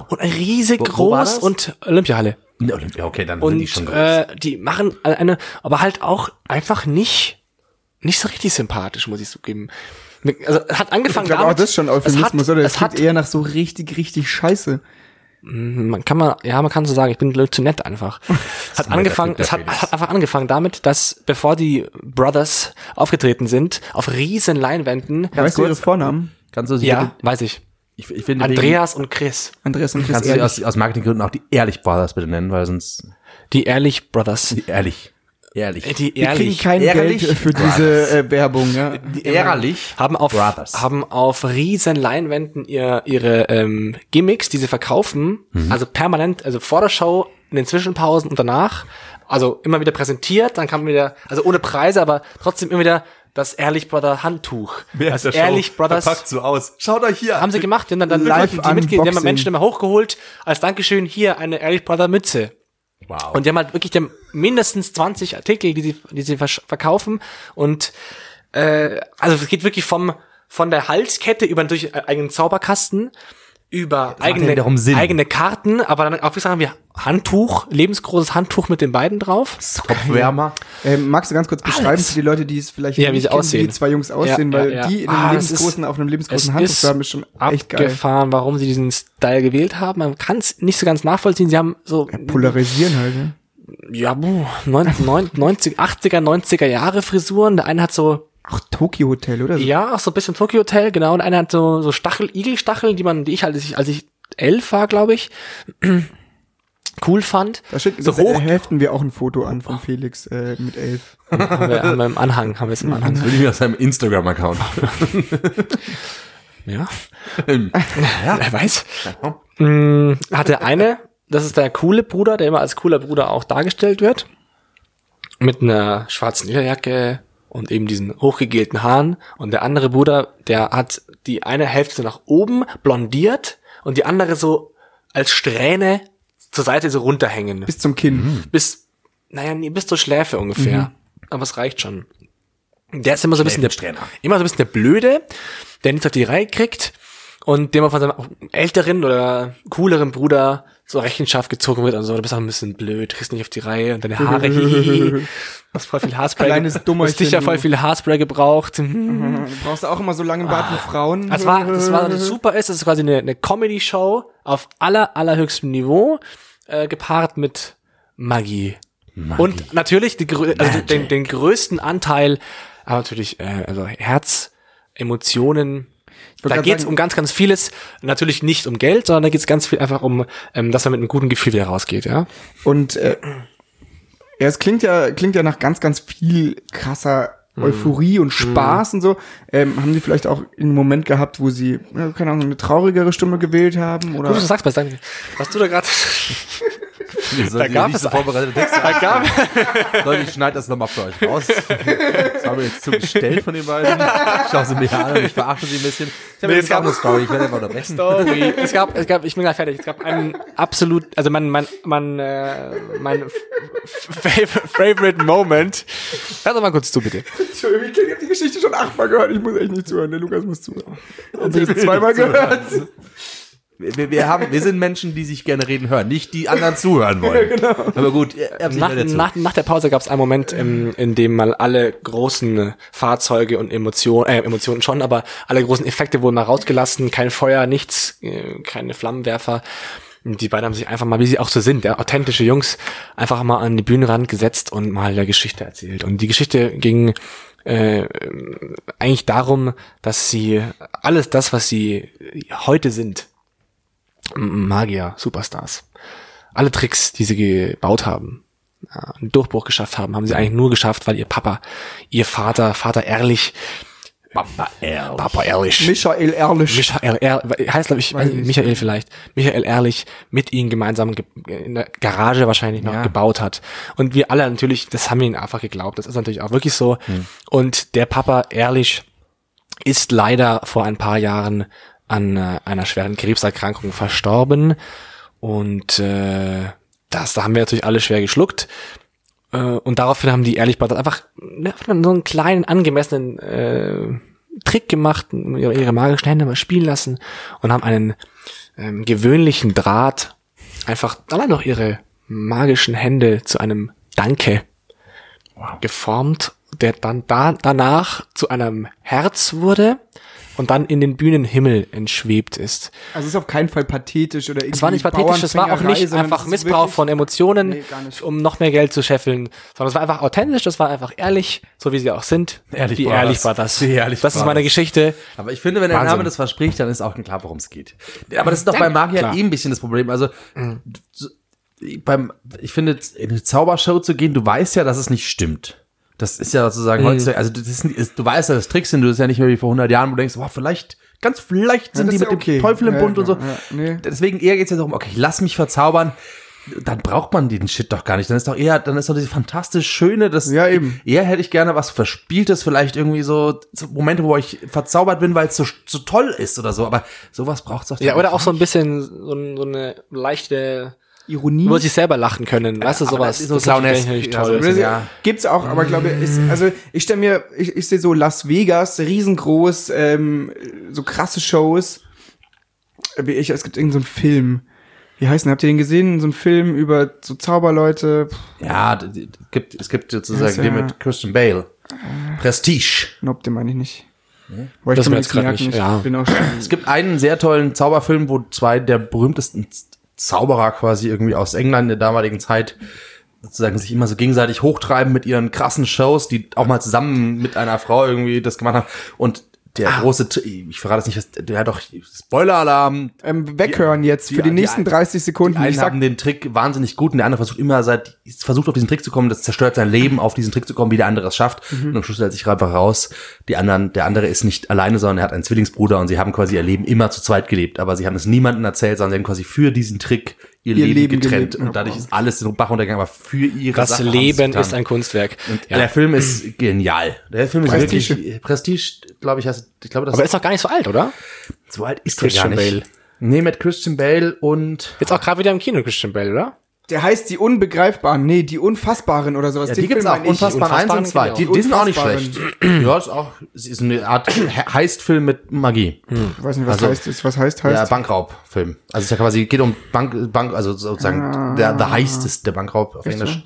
S4: und riesig
S2: Wo- wo war
S4: groß
S2: das?
S4: und Olympiahalle.
S2: Ja, okay, dann sind
S4: Und
S2: die schon groß.
S4: äh, die machen eine, aber halt auch einfach nicht, nicht so richtig sympathisch, muss ich zugeben. Also es hat angefangen
S3: Ich glaube auch
S4: damit,
S3: das ist schon
S4: es
S3: Euphemismus,
S4: hat,
S3: oder? eh Das
S4: Es
S3: klingt
S4: hat
S3: eher nach so richtig, richtig scheiße.
S4: Mm, Man kann man, ja, man kann so sagen, ich bin glaub ich, zu nett einfach. Hat angefangen,
S2: nett,
S4: es hat,
S2: Penis.
S4: hat einfach angefangen damit, dass bevor die Brothers aufgetreten sind, auf riesen Leinwänden, ganz
S3: Weißt du ihre
S4: kurz,
S3: Vornamen?
S2: Kannst du sie
S4: ja, weiß ich,
S2: ich, ich finde wegen-
S4: Andreas und Chris,
S3: Andreas und Chris
S2: Kannst du sie aus,
S3: Ehrlich.
S2: aus Marketinggründen auch die Ehrlich Brothers bitte nennen, weil sonst
S4: die Ehrlich Brothers,
S2: die ehrlich. Ehrlich.
S4: die, die
S3: Wir kriegen
S4: Ehrlich,
S3: kein
S2: Ehrlich?
S3: Geld für
S2: Brothers.
S3: diese äh, Werbung, ja.
S2: die ehrlich
S4: haben auf,
S2: Brothers.
S4: haben auf riesen Leinwänden ihr, ihre ähm, Gimmicks, die sie verkaufen, also permanent, also vor der Show, in den Zwischenpausen und danach, also immer wieder präsentiert, dann kam wieder, also ohne Preise, aber trotzdem immer wieder das Ehrlich Brother Handtuch. das Ehrlich Brothers
S2: Packt so aus. Schaut euch hier.
S4: haben sie gemacht, die haben dann, dann
S3: Live
S4: Leute, die mitgehen, die haben
S3: Unboxing.
S4: Menschen immer hochgeholt, als Dankeschön hier eine Ehrlich Brother Mütze.
S2: wow.
S4: Und die haben halt wirklich die haben mindestens 20 Artikel, die sie, die sie versch- verkaufen. Und äh, also es geht wirklich vom von der Halskette über natürlich einen eigenen Zauberkasten, über
S2: ja
S4: eigene,
S2: wiederum Sinn.
S4: eigene Karten, aber dann auch wie sagen wir Handtuch, lebensgroßes Handtuch mit den beiden drauf.
S2: Kopfwärmer.
S3: Ähm, magst du ganz kurz beschreiben
S4: Alles.
S3: für die Leute, die es vielleicht
S4: Ja, wie sie
S3: kennen,
S4: aussehen.
S3: die zwei Jungs aussehen, weil
S4: ja, ja.
S3: die in einem
S4: Ah, das
S3: lebensgroßen,
S4: ist-
S3: auf einem
S4: Es
S3: lebensgroßen Handtuch
S4: ist
S3: haben, ist schon echt geil.
S4: abgefahren, warum sie diesen Style gewählt haben. Man kann es nicht so ganz nachvollziehen. Sie haben so
S3: Polarisieren halt, ne?
S4: ja, buh, neun- neun- 90, 80er, 90er Jahre Frisuren. Der eine hat so
S3: Auch Tokyo Hotel, oder? So.
S4: Ja, auch so ein bisschen Tokyo Hotel, genau. Und einer hat so, so Stachel, Igelstacheln, die man, die ich halt, als ich, als ich elf war, glaube ich, cool fand.
S3: Da schick,
S4: so
S3: so
S4: hoch. Oh.
S3: heften wir auch ein Foto an von Felix äh, mit elf.
S4: haben, wir, haben wir im Anhang, haben wir es im Anhang.
S2: Das will ich mir aus seinem Instagram-Account.
S4: Ja.
S2: ja.
S4: Wer weiß. Mm, Hat der eine, das ist der coole Bruder, der immer als cooler Bruder auch dargestellt wird. Mit einer schwarzen Lederjacke und eben diesen hochgegelten Haaren. Und der andere Bruder, der hat die eine Hälfte nach oben blondiert und die andere so als Strähne zur Seite so runterhängen. Bis,
S3: Bis zum Kinn.
S4: bis naja, nee, bis zur Schläfe ungefähr. Aber es reicht schon. Der ist immer so ein bisschen der
S2: Schläfensträhner.
S4: Immer so ein bisschen der Blöde, der nichts auf die Reihe kriegt und dem man von seinem älteren oder cooleren Bruder zur Rechenschaft gezogen wird und so, du bist auch ein bisschen blöd, kriegst nicht auf die Reihe und deine Haare, hihihi, hast voll viel Haarspray,
S3: Kleines Dummerchen,
S4: hast sicher voll
S3: du.
S4: viel Haarspray gebraucht. Hm.
S3: Du brauchst auch immer so lange Bart wie Frauen.
S4: Ah, Das war, das war das super ist, das ist quasi eine, eine Comedy-Show auf aller, allerhöchstem Niveau, äh, gepaart mit Magie. Und natürlich die, grö- also den, den größten Anteil, aber natürlich äh, also Herz, Emotionen.
S3: wollte
S4: Da
S3: grad
S4: geht's
S3: sagen-
S4: um ganz, ganz vieles. Natürlich nicht um Geld, sondern da geht's ganz viel einfach um, ähm, dass man mit einem guten Gefühl wieder rausgeht, ja.
S3: Und äh, ja, es klingt ja, klingt ja nach ganz, ganz viel krasser
S4: Mhm.
S3: Euphorie und Spaß und so. Ähm, haben die vielleicht auch einen Moment gehabt, wo sie, ja, keine Ahnung, eine traurigere Stimme gewählt haben? Oder
S4: Gut, dass du sagst, was, danke. was du da gerade.
S2: Da
S4: gab es ein-
S2: vorbereitete Texte. Da gab Leute, ich schneide das nochmal für euch raus. Das haben wir jetzt zugestellt von den beiden. Schau sie mir an und ich verarsche sie ein bisschen. Ich habe
S4: Nee,
S2: jetzt
S4: es gab-
S2: eine Story, ich werde einfach unterbrechen.
S4: Sorry. Es gab, es gab, ich bin gleich fertig. Es gab einen absolut, also mein, mein, mein, äh, mein f- f- favorite Moment. Hör doch mal kurz zu, bitte.
S3: Entschuldigung, ich habe die Geschichte schon achtmal gehört. Ich muss echt nicht zuhören. Der Lukas muss zuhören. Und ich habe zweimal gehört.
S2: Wir, wir, haben, wir sind Menschen, die sich gerne reden hören, nicht die anderen zuhören wollen.
S3: genau.
S2: Aber gut, äh, ihr habt sich
S4: Nach,
S2: dazu.
S4: nach, nach der Pause gab es einen Moment, ähm, in dem mal alle großen äh, Fahrzeuge und Emotionen, äh, Emotionen schon, aber alle großen Effekte wurden mal rausgelassen. Kein Feuer, nichts, äh, keine Flammenwerfer. Und Die beiden haben sich einfach mal, wie sie auch so sind, ja, authentische Jungs, einfach mal an die Bühnenrand gesetzt und mal der Geschichte erzählt. Und die Geschichte ging äh, eigentlich darum, dass sie alles das, was sie heute sind, M- Magier, Superstars, alle Tricks, die sie gebaut haben, ja, einen Durchbruch geschafft haben, haben sie eigentlich nur geschafft, weil ihr Papa, ihr Vater, Vater Ehrlich, Papa Ehrlich, Papa Ehrlich,
S3: Michael Ehrlich.
S4: Michael Ehrlich, heißt glaube ich,
S3: Weiß ich nicht.
S4: Michael vielleicht, Michael Ehrlich mit ihnen gemeinsam ge in der Garage wahrscheinlich noch gebaut hat. Und wir alle natürlich, das haben wir ihnen einfach geglaubt, das ist natürlich auch wirklich so.
S3: Hm.
S4: Und der Papa Ehrlich ist leider vor ein paar Jahren an äh, einer schweren Krebserkrankung verstorben. Und äh, das, da haben wir natürlich alle schwer geschluckt. Äh, und daraufhin haben die ehrlich Brothers einfach ne, einfach so einen kleinen, angemessenen äh, Trick gemacht, ihre, ihre magischen Hände mal spielen lassen und haben einen ähm, gewöhnlichen Draht einfach allein noch ihre magischen Hände zu einem Danke geformt, der dann da, danach zu einem Herz wurde, und dann in den Bühnenhimmel entschwebt ist.
S3: Also es ist auf keinen Fall pathetisch oder irgendwie
S4: Es war nicht pathetisch, es war auch nicht
S3: Bauernfängerei,
S4: einfach
S3: sondern es ist
S4: Missbrauch
S3: wirklich-
S4: von Emotionen,
S3: Nee, gar nicht.
S4: um noch mehr Geld zu scheffeln, sondern es war einfach authentisch, das war einfach ehrlich, so wie sie auch sind.
S2: Ehrlich
S4: wie
S2: war
S4: ehrlich
S2: das.
S4: war das.
S2: Wie ehrlich
S4: das
S2: war
S4: ist meine
S2: das.
S4: Geschichte.
S2: Aber ich finde, wenn der
S4: Wahnsinn.
S2: Name das verspricht, dann ist auch klar, worum es geht. Aber das ist doch bei Magier
S4: klar.
S2: eh ein bisschen das Problem. Also so, beim, ich finde, in eine Zaubershow zu gehen, du weißt ja, dass es nicht stimmt. Das ist ja sozusagen
S4: Mhm.
S2: heutzutage, also das ist, nicht- ist, du weißt ja, das Tricks sind, du bist ja nicht mehr wie vor 100 Jahren, wo du denkst, wow, vielleicht, ganz vielleicht sind
S3: das
S2: die
S3: ist
S2: mit
S3: ja okay.
S2: dem Teufel im
S3: Ja,
S2: Bund und so.
S3: genau, ja, nee.
S2: Deswegen eher geht's ja darum, okay, ich lass mich verzaubern. Dann braucht man den Shit doch gar nicht. Dann ist doch eher, dann ist doch diese fantastisch schöne, das
S3: Ja, eben.
S2: Eher hätte ich gerne was Verspieltes, vielleicht irgendwie so, so Momente, wo ich verzaubert bin, weil es so, so toll ist oder so. Aber sowas braucht's doch
S4: Ja,
S2: dann
S4: oder
S2: nicht.
S4: auch so ein bisschen so, ein- so eine leichte,
S3: Ironie.
S4: über sich selber lachen können, weißt du,
S2: Hm? aber
S4: sowas.
S2: das ist so
S4: ist natürlich
S2: clownesk,
S4: natürlich
S2: ja, so
S4: toll.
S2: ein bisschen-
S3: Ja. Gibt's auch, aber glaube ich, ist, also ich stelle mir, ich, ich sehe so Las Vegas, riesengroß, ähm, so krasse Shows. Wie ich, es gibt irgendeinen so einen Film. Wie heißt denn? Habt ihr den gesehen? So einen Film über so Zauberleute. Pff,
S2: Ja, d- d- gibt, es gibt
S3: Das
S2: sozusagen
S3: ist
S2: den
S3: ja-
S2: mit Christian Bale. Prestige.
S3: Nope, den meine ich nicht. Boah, ich
S4: Das
S3: kann
S4: mir
S3: mir
S4: jetzt
S3: nichts
S4: grad nicht,
S3: Ich
S4: ja.
S3: bin auch schon,
S2: Es gibt einen sehr tollen Zauberfilm, wo zwei der berühmtesten Z- Zauberer quasi irgendwie aus England der damaligen Zeit sozusagen sich immer so gegenseitig hochtreiben mit ihren krassen Shows, die auch mal zusammen mit einer Frau irgendwie das gemacht haben. Und der große, T- ich verrate es nicht, was- der hat doch Spoiler-Alarm.
S3: ähm, weghören jetzt für
S2: die-
S3: die,
S2: die
S3: nächsten
S2: ein-
S3: 30
S2: Die
S3: Sekunden.
S2: einen
S3: Ich sag,
S2: haben den Trick wahnsinnig gut und der andere versucht immer seit, versucht auf diesen Trick zu kommen, das zerstört sein Leben, auf diesen Trick zu kommen, wie der andere es schafft. Und am Schluss stellt sich einfach raus, die anderen, der andere ist nicht alleine, sondern er hat einen Zwillingsbruder und sie haben quasi ihr Leben immer zu zweit gelebt, aber sie haben es niemandem erzählt, sondern sie haben quasi für diesen Trick ihr,
S3: Ihr
S2: Leben,
S3: Leben
S2: getrennt
S3: gelebt.
S2: und dadurch ist alles in den Bach runtergegangen, aber für ihre
S4: Das
S2: Sache haben sie es
S4: Leben
S2: getan.
S4: ist ein Kunstwerk. Ja.
S2: Der Film ist genial. Der Film ist
S3: Prestige.
S2: wirklich Prestige, glaube ich, heißt, ich glaube, das
S4: Aber ist doch gar nicht so alt, oder?
S2: so alt ist
S4: Christian
S2: der gar nicht.
S4: Bale.
S2: Nee, mit Christian Bale und
S4: Jetzt auch gerade wieder im Kino Christian Bale, oder?
S3: der heißt die Unbegreifbaren, nee, die Unfassbaren oder sowas.
S2: Ja, die gibt's
S3: Film
S2: auch.
S3: meine ich.
S2: Unfassbar
S4: Unfassbaren
S2: 1 und 2.
S4: genau.
S2: Die, die sind auch nicht
S3: Unfassbaren.
S2: schlecht. ja, ist auch es ist eine Art He- Heistfilm mit Magie.
S3: Ich weiß nicht, was
S2: Also-
S3: heißt ist, was heißt heißt.
S2: Ja, Bankraubfilm. Also es ist ja quasi geht um Bank, Bank also sozusagen der The Heist ist der Bankraub auf Englisch.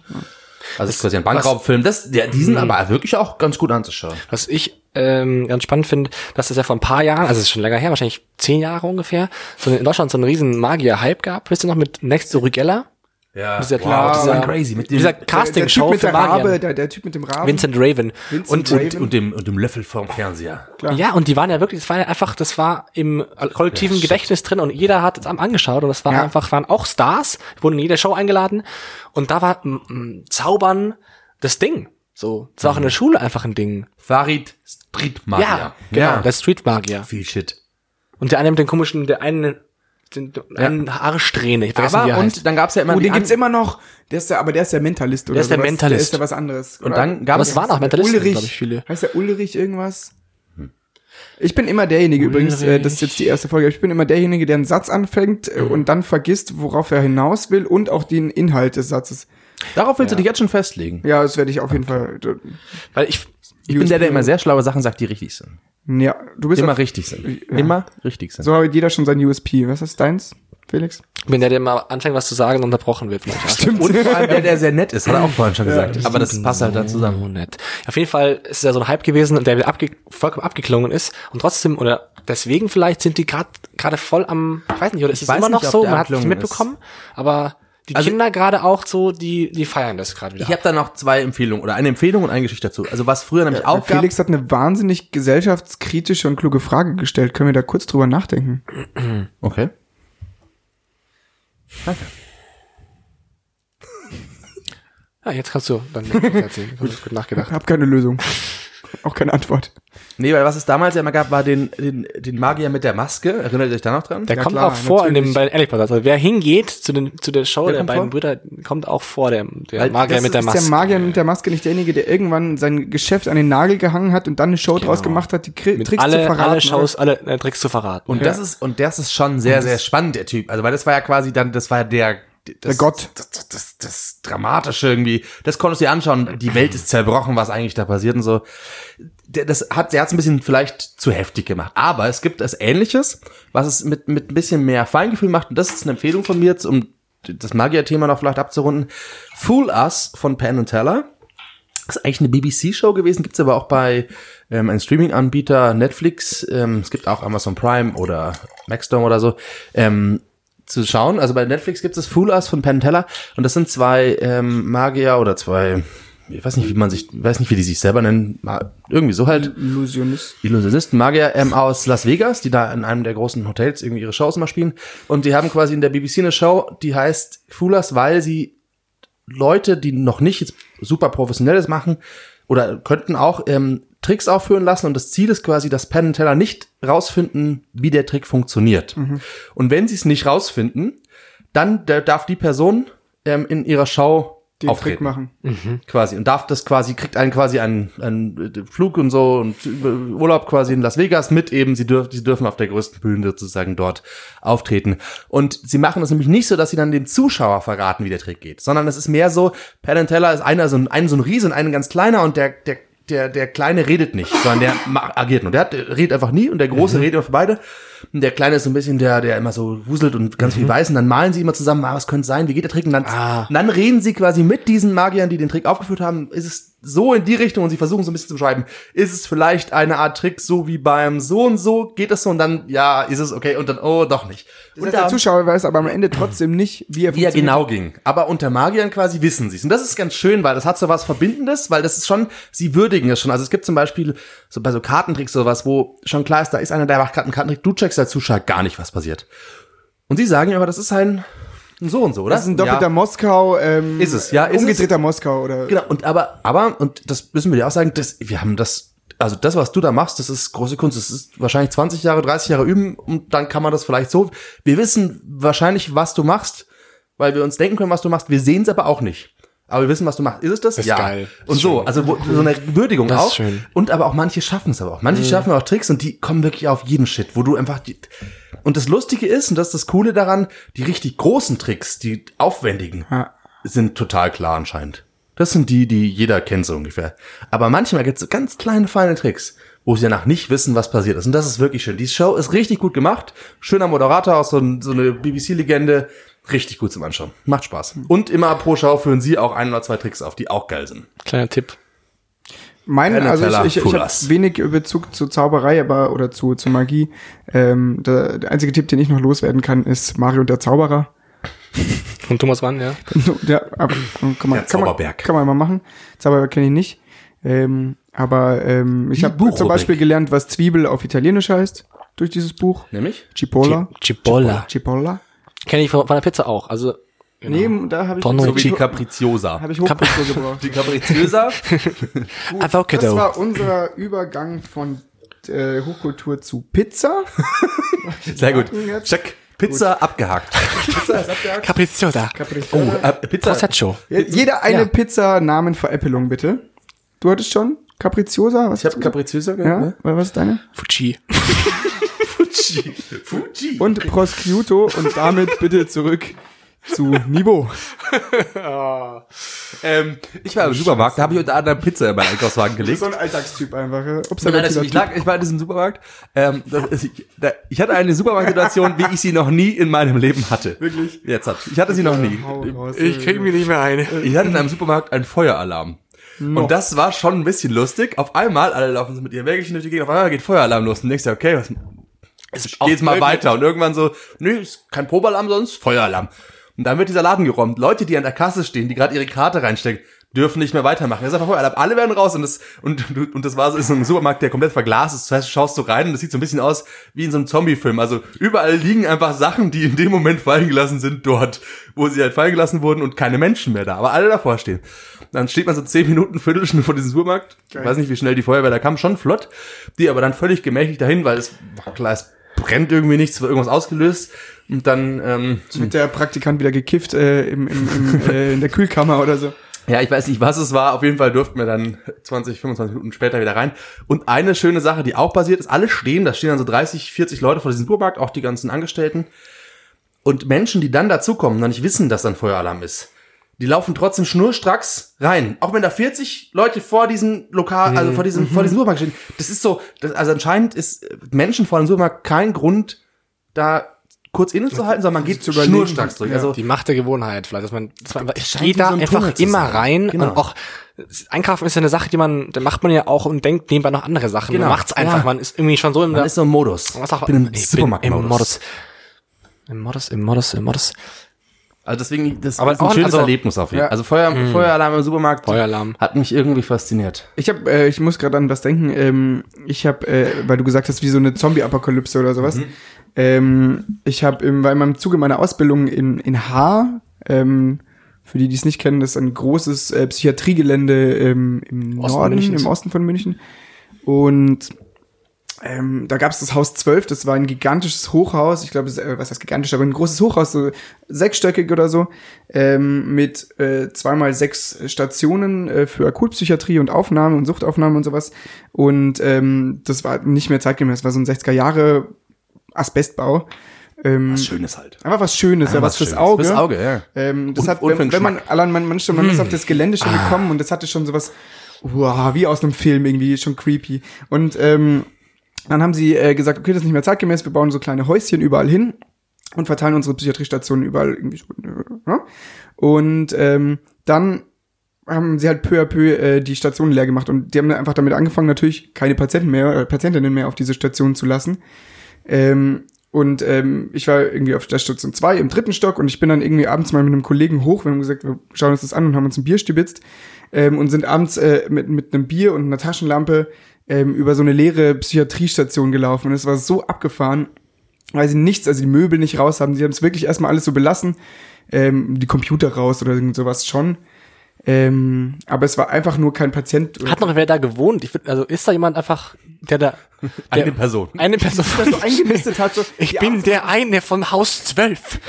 S2: Also es ist quasi ein Bankraubfilm. Das, der, die sind aber wirklich auch ganz gut anzuschauen.
S4: Was ich ähm, ganz spannend finde, dass es ja vor ein paar Jahren, also es ist schon länger her, wahrscheinlich zehn Jahre ungefähr, so in Deutschland so einen riesen Magier-Hype gab. Wisst ihr noch mit Next to Rigella?
S2: Ja,
S4: Dieser,
S3: klar,
S2: das ist
S4: dieser,
S2: dann crazy. Mit dem,
S4: dieser
S3: der Typ
S4: Casting-Show
S3: mit
S4: für
S3: der Rabe,
S4: Magier.
S3: der, der Typ mit dem Raben.
S4: Vincent Raven.
S3: Vincent
S4: und
S2: und, und, dem, und dem Löffel vorm Fernseher.
S3: Ja.
S4: ja, und die waren ja wirklich, das war ja einfach, das war im kollektiven Gedächtnis drin und jeder hat es am angeschaut und das war
S3: Ja.
S4: einfach, waren auch Stars, wurden in jeder Show eingeladen und da war m, m, Zaubern das Ding. So, das war auch
S3: Mhm.
S4: in der Schule einfach ein Ding.
S2: Farid Streetmagier.
S4: Ja, genau, der Streetmagier.
S2: Viel Shit.
S4: Und der eine mit den komischen, der eine, den, einen Haarsträhne, ich weiß nicht, wie
S2: Aber
S4: er heißt.
S2: und dann gab's ja immer
S3: Oh, den
S2: an-
S3: gibt's immer noch. Der ist der, aber der ist der Mentalist oder
S4: Der ist der
S3: sowas.
S4: Mentalist.
S3: Der ist ja was anderes.
S2: Und dann gab
S4: Aber
S2: es
S4: es waren auch Mentalisten,
S3: Ulrich.
S4: glaube ich, viele.
S3: Heißt der Ulrich irgendwas? Ich bin immer derjenige übrigens, äh, das ist jetzt die erste Folge, ich bin immer derjenige, der einen Satz anfängt
S4: Mhm.
S3: äh, und dann vergisst, worauf er hinaus will und auch den Inhalt des Satzes.
S2: Darauf willst du dich jetzt schon festlegen.
S3: Ja, das werde ich auf jeden Fall.
S4: Weil ich,
S2: Ich bin der, der immer sehr schlaue Sachen sagt, die richtig sind.
S3: äh, Ja, du bist
S2: Immer
S3: auf-
S2: richtig sind.
S3: Ja.
S2: Immer richtig sind.
S3: So hat jeder schon sein USP. Was ist deins, Felix?
S4: bin der, der mal anfängt, was zu sagen und unterbrochen wird. Vielleicht.
S2: Und vor allem der, der sehr nett ist, hat er auch vorhin schon gesagt. Aber das passt halt da zusammen.
S4: Oh, nett. Auf jeden Fall ist es ja so ein Hype gewesen, der abge vollkommen abgeklungen ist. Und trotzdem, oder deswegen vielleicht sind die gerade gerade voll am, ich weiß nicht, oder ist es
S2: weiß
S4: immer noch
S2: nicht, ob
S4: so,
S2: der
S4: man hat es nicht
S2: abgeklungen
S4: mitbekommen, aber die
S2: Also-
S4: Kinder gerade auch so, die, die feiern das gerade wieder.
S2: Ich habe da noch zwei Empfehlungen oder eine Empfehlung und eine Geschichte dazu. Also was früher nämlich auch gab,
S3: Felix hat eine wahnsinnig gesellschaftskritische und kluge Frage gestellt. Können wir da kurz drüber nachdenken?
S2: Okay.
S4: ja, jetzt kannst du dann erzählen. Ich hab gut
S3: Ich
S4: nachgedacht.
S3: habe keine Lösung. Auch keine Antwort.
S2: Nee, weil was es damals ja immer gab, war den, den, den Magier mit der Maske. Erinnert ihr euch da noch dran?
S4: Der
S3: Ja,
S4: kommt
S3: klar,
S4: auch vor in dem,
S3: natürlich.
S4: bei den Ehrlichplatz. Also wer hingeht zu, den, zu der Show der,
S2: kommt
S4: beiden
S2: vor?
S4: Brüder, kommt auch vor, der, der
S2: Weil
S4: Magier
S2: das
S4: mit der
S3: ist
S4: Maske.
S3: der Magier mit der Maske nicht derjenige, der irgendwann sein Geschäft an den Nagel gehangen hat und dann eine Show draus
S2: Genau.
S3: gemacht hat, die Kri
S4: mit
S3: Tricks
S4: alle,
S3: zu verraten?
S4: alle Shows, alle äh, Tricks zu verraten.
S2: und das ist, und das ist schon sehr, sehr spannend, der Typ. Also, weil das war ja quasi dann, das war ja der, das,
S3: Der Gott.
S2: Das, das, das, das Dramatische irgendwie. Das konntest du dir anschauen. Die Welt ist zerbrochen, was eigentlich da passiert und so. der, das hat der hat's ein bisschen vielleicht zu heftig gemacht. Aber es gibt das Ähnliches, was es mit, mit ein bisschen mehr Feingefühl macht. Und das ist eine Empfehlung von mir, jetzt, um das Magier-Thema noch vielleicht abzurunden. Fool Us von Penn and Teller. ist eigentlich eine BBC-Show gewesen, gibt's aber auch bei ähm, einem Streaming-Anbieter, Netflix, ähm, es gibt auch Amazon Prime oder Maxdome oder so, ähm, zu schauen. Also bei Netflix gibt's das Fool Us von Penn Teller und das sind zwei ähm, Magier oder zwei, ich weiß nicht, wie man sich, ich weiß nicht, wie die sich selber nennen, ma- irgendwie so halt.
S3: Illusionist.
S2: Illusionisten, Magier ähm, aus Las Vegas, die da in einem der großen Hotels irgendwie ihre Shows immer spielen. Und die haben quasi in der BBC eine Show, die heißt Foolers, weil sie Leute, die noch nicht jetzt super professionelles machen oder könnten auch ähm, Tricks aufführen lassen. Und das Ziel ist quasi, dass Penn und Teller nicht rausfinden, wie der Trick funktioniert.
S3: Mhm.
S2: Und wenn sie es nicht rausfinden, dann der, darf die Person ähm, in ihrer Show
S3: Den
S2: auftreten
S3: Trick machen.
S2: quasi und darf das quasi, kriegt einen quasi einen, einen äh, Flug und so und äh, Urlaub quasi in Las Vegas mit eben, sie, dürf, sie dürfen auf der größten Bühne sozusagen dort auftreten. Und sie machen das nämlich nicht so, dass sie dann dem Zuschauer verraten, wie der Trick geht, sondern es ist mehr so, Penn and Teller ist einer so ein, ein so ein Riese und ein ganz kleiner und der, der der, der Kleine redet nicht, sondern der ma- agiert nur. Der, hat, der redet einfach nie und der Große redet auf beide. Und der Kleine ist so ein bisschen der, der immer so wuselt und ganz viel weiß. Und dann malen sie immer zusammen, ah, was könnte sein, wie geht der Trick? Und dann, und dann reden sie quasi mit diesen Magiern, die den Trick aufgeführt haben. Ist es so in die Richtung und sie versuchen so ein bisschen zu beschreiben. Ist es vielleicht eine Art Trick, so wie beim so und so? Geht das so? Und dann, ja, ist es okay? Und dann, oh, doch nicht.
S3: Das
S2: und
S3: heißt, der
S2: da-
S3: Zuschauer weiß aber am Ende trotzdem nicht, wie er
S2: wie er
S3: funktioniert.
S2: genau ging. Aber unter Magiern quasi wissen sie es. Und das ist ganz schön, weil das hat so was Verbindendes, weil das ist schon, sie würdigen es schon. Also es gibt zum Beispiel so bei so Kartentricks sowas, wo schon klar ist, da ist einer, der macht gerade einen Kartentrick, du checkst als Zuschauer gar nicht, was passiert. Und sie sagen ja, aber das ist ein, ein so und so, oder?
S3: Das ist ein doppelter
S2: ja.
S3: Moskau. Ähm,
S2: Ist es, ja, ist es.
S3: umgedrehter Moskau oder.
S4: Äh,
S2: Genau, und aber, aber, und das müssen wir dir auch sagen, das, wir haben das, also das, was du da machst, das ist große Kunst. Das ist wahrscheinlich 20 Jahre, 30 Jahre üben und dann kann man das vielleicht so. Wir wissen wahrscheinlich, was du machst, weil wir uns denken können, was du machst. Wir sehen es aber auch nicht. Aber wir wissen, was du machst. Ist es das?
S4: Das ist geil.
S2: Und so, also wo, so eine Würdigung
S4: Das ist
S2: auch.
S4: schön. Mhm.
S2: Und aber auch manche schaffen es aber auch. Manche schaffen auch Tricks und die kommen wirklich auf jeden Shit, wo du einfach die, und das Lustige ist, und das ist das Coole daran, die richtig großen Tricks, die aufwendigen,
S3: Ja.
S2: sind total klar anscheinend. Das sind die, die jeder kennt so ungefähr. Aber manchmal gibt's so ganz kleine, feine Tricks, wo sie danach nicht wissen, was passiert ist. Und das ist wirklich schön. Die Show ist richtig gut gemacht. Schöner Moderator aus so, ein, so eine BBC-Legende. Richtig gut zum Anschauen. Macht
S4: Mhm.
S2: Spaß. Und immer pro Show führen sie auch ein oder zwei Tricks auf, die auch geil sind.
S4: Kleiner Tipp.
S3: Mein,
S2: Werner
S3: also
S2: Teller,
S3: ich, ich, ich habe
S2: Fulas.
S3: wenig Bezug zu Zauberei, aber oder zu, zu Magie. Ähm, der, der einzige Tipp, den ich noch loswerden kann, ist Mario und der Zauberer.
S4: Von Thomas Mann, ja.
S3: Ja, aber, kann man,
S2: Der
S3: kann man,
S2: Zauberberg.
S3: kann man mal machen. Zauberberg kenne ich nicht. Ähm, aber ähm, ich
S2: Die
S3: habe zum
S2: Buchrubrik.
S3: Beispiel gelernt, was Zwiebel auf Italienisch heißt durch dieses Buch.
S2: Nämlich?
S3: Cipolla.
S4: Cipolla.
S3: Cipolla.
S4: Kenne ich von, von der Pizza auch. Also,
S2: Genau.
S3: Nee, da habe ich
S4: Tonno.
S3: hab
S2: So wie
S3: ich,
S2: Capricciosa.
S3: hab ich Hochkultur gebraucht.
S2: Die Capricciosa?
S3: Das
S4: Avocado.
S3: war unser Übergang von äh, Hochkultur zu Pizza.
S2: Sehr gut.
S3: Warten jetzt.
S2: Check. Pizza abgehakt.
S3: Pizza ist abgehakt.
S4: Capricciosa.
S2: Oh, äh, Pizza.
S4: Prosecco.
S3: Jetzt jeder eine
S4: Ja.
S3: Pizza Namenveräppelung bitte. Du hattest schon Capricciosa, was
S2: Ich habe Capricciosa
S3: ja,
S2: gehört. ne?
S3: was ist deine?
S4: Fuji.
S2: Fuji. Fuji.
S3: Und Prosciutto und damit bitte zurück zu Niveau.
S2: Ähm, ich war im Supermarkt, da habe ich unter anderem Pizza in meinen Einkaufswagen gelegt.
S3: So ein Alltagstyp einfach. ja.
S2: Nein,
S3: Observativer
S2: das, ich,
S3: Typ.
S2: lag, ich war in diesem Supermarkt. Ähm, das ist, ich, da, ich hatte eine Supermarktsituation, wie ich sie noch nie in meinem Leben hatte. Wirklich? Jetzt hat, ich hatte sie noch nie.
S3: Hau raus, ey.
S4: krieg mich nicht mehr ein.
S2: Ich hatte in einem Supermarkt einen Feueralarm. Und das war schon ein bisschen lustig. Auf einmal, alle laufen so mit ihren Wägelchen durch die Gegend, auf einmal geht Feueralarm los. Und denkst dir, okay, was, geht's mal weiter. Und irgendwann so, nö, ist kein Probealarm sonst, Feueralarm. Und dann wird dieser Laden geräumt. Leute, die an der Kasse stehen, die gerade ihre Karte reinstecken, dürfen nicht mehr weitermachen. Das ist einfach Feueralarm. Alle werden raus und das, und, du- und das war so, ist so ein Supermarkt, der komplett verglast ist. Das heißt, du schaust so rein und das sieht so ein bisschen aus wie in so einem Zombie-Film. Also überall liegen einfach Sachen, die in dem Moment fallen gelassen sind dort, wo sie halt fallen gelassen wurden und keine Menschen mehr da. Aber alle davor stehen. Dann steht man so zehn Minuten, Viertelstunde vor diesem Supermarkt. Ich weiß nicht, wie schnell die Feuerwehr da kam, schon flott. Die aber dann völlig gemächlich dahin, weil es war klar, es brennt irgendwie nichts, wird irgendwas ausgelöst. Und dann, ähm,
S3: Mit der Praktikant wieder gekifft äh, im, im, im, äh, in der Kühlkammer oder so.
S2: ja, ich weiß nicht, was es war. Auf jeden Fall durften wir dann 20, 25 Minuten später wieder rein. Und eine schöne Sache, die auch passiert ist, alle stehen, da stehen dann so 30, 40 Leute vor diesem Supermarkt, auch die ganzen Angestellten. Und Menschen, die dann dazukommen, noch nicht wissen, dass dann Feueralarm ist, die laufen trotzdem schnurstracks rein. Auch wenn da 40 Leute vor diesem Lokal, also vor diesem, vor diesem Supermarkt stehen. Das ist so, das, also anscheinend ist äh, Menschen vor dem Supermarkt kein Grund, da kurz innezuhalten, sondern man geht
S3: zu überlegen.
S2: schnurstracks durch.
S3: Ja.
S2: Also
S4: Die Macht der Gewohnheit vielleicht, dass man, dass man einfach, ich
S2: scheint
S4: gehe
S2: wie so
S4: da
S2: ein
S4: einfach
S2: Tunnel zu
S4: immer
S2: sein.
S4: rein
S2: Genau.
S4: und auch Einkaufen ist ja eine Sache, die man, da macht man ja auch und denkt nebenbei noch andere Sachen.
S2: Genau.
S4: Man macht's einfach,
S2: Ja.
S4: man ist irgendwie schon so im
S2: man ist so im Modus.
S4: was auch,
S2: ich bin im
S4: ich bin im
S2: Supermarkt-Modus.
S4: Modus. Im Modus, im Modus, im Modus.
S2: Also deswegen, das
S4: Aber
S2: ist ein
S4: auch-
S2: schönes
S4: also-
S2: Erlebnis auf jeden Fall.
S3: Ja.
S2: Also Feuer, Feueralarm im Supermarkt
S4: Feueralarm.
S2: hat mich irgendwie fasziniert.
S3: Ich habe, äh, ich muss gerade an was denken. Ähm, ich habe, äh, weil du gesagt hast, wie so eine Zombie-Apokalypse oder sowas. Ähm, ich habe im, weil in meinem Zuge meiner Ausbildung in in Haar, ähm, für die, die es nicht kennen, das ist ein großes äh, Psychiatriegelände ähm, im
S4: Osten
S3: Norden,
S4: Münchens.
S3: im Osten von München. Und ähm, da gab es das Haus 12, das war ein gigantisches Hochhaus, ich glaube, es- äh, was heißt gigantisch, aber ein großes Hochhaus, so sechsstöckig oder so, ähm, mit äh, zweimal sechs Stationen äh, für Akutpsychiatrie und Aufnahme und Suchtaufnahme und sowas. Und ähm, das war nicht mehr zeitgemäß, das war so ein 60er Jahre Asbestbau. Ähm,
S2: Schönes halt.
S3: einfach was Schönes, ja, was fürs
S2: Schönes.
S3: Auge.
S2: Fürs Auge, ja.
S3: Ähm, das
S2: Und-
S3: hat,
S2: und für
S3: wenn,
S2: den Hm. Ah.
S3: wenn man, allein man, man, man ist auf das Gelände schon gekommen und das hatte schon sowas, wow, wie aus einem Film irgendwie, schon creepy. Und ähm, dann haben sie äh, gesagt, okay, das ist nicht mehr zeitgemäß, wir bauen so kleine Häuschen überall hin und verteilen unsere Psychiatriestationen überall irgendwie. schon, äh, ne? Und ähm, dann haben sie halt peu à peu äh, die Stationen leer gemacht und die haben einfach damit angefangen, natürlich keine Patienten mehr, äh, Patientinnen mehr auf diese Station zu lassen. Ähm, und ähm, ich war irgendwie auf der Station 2 im dritten Stock und ich bin dann irgendwie abends mal mit einem Kollegen hoch. Wir haben gesagt, wir schauen uns das an und haben uns ein Bier stibitzt ähm, und sind abends äh, mit, mit einem Bier und einer Taschenlampe ähm, über so eine leere Psychiatriestation gelaufen. Und es war so abgefahren, weil sie nichts, also die Möbel nicht raus haben. Sie haben es wirklich erstmal alles so belassen. Ähm, die Computer raus oder irgend sowas schon. Ähm, aber es war einfach nur kein Patient.
S4: Hat noch wer da gewohnt? Ich find, also ist da jemand einfach, der da. Der,
S2: Eine Person.
S4: Eine Person.
S3: so eingenistet hat, so,
S4: ich
S3: ja,
S4: bin der eine von Haus 12.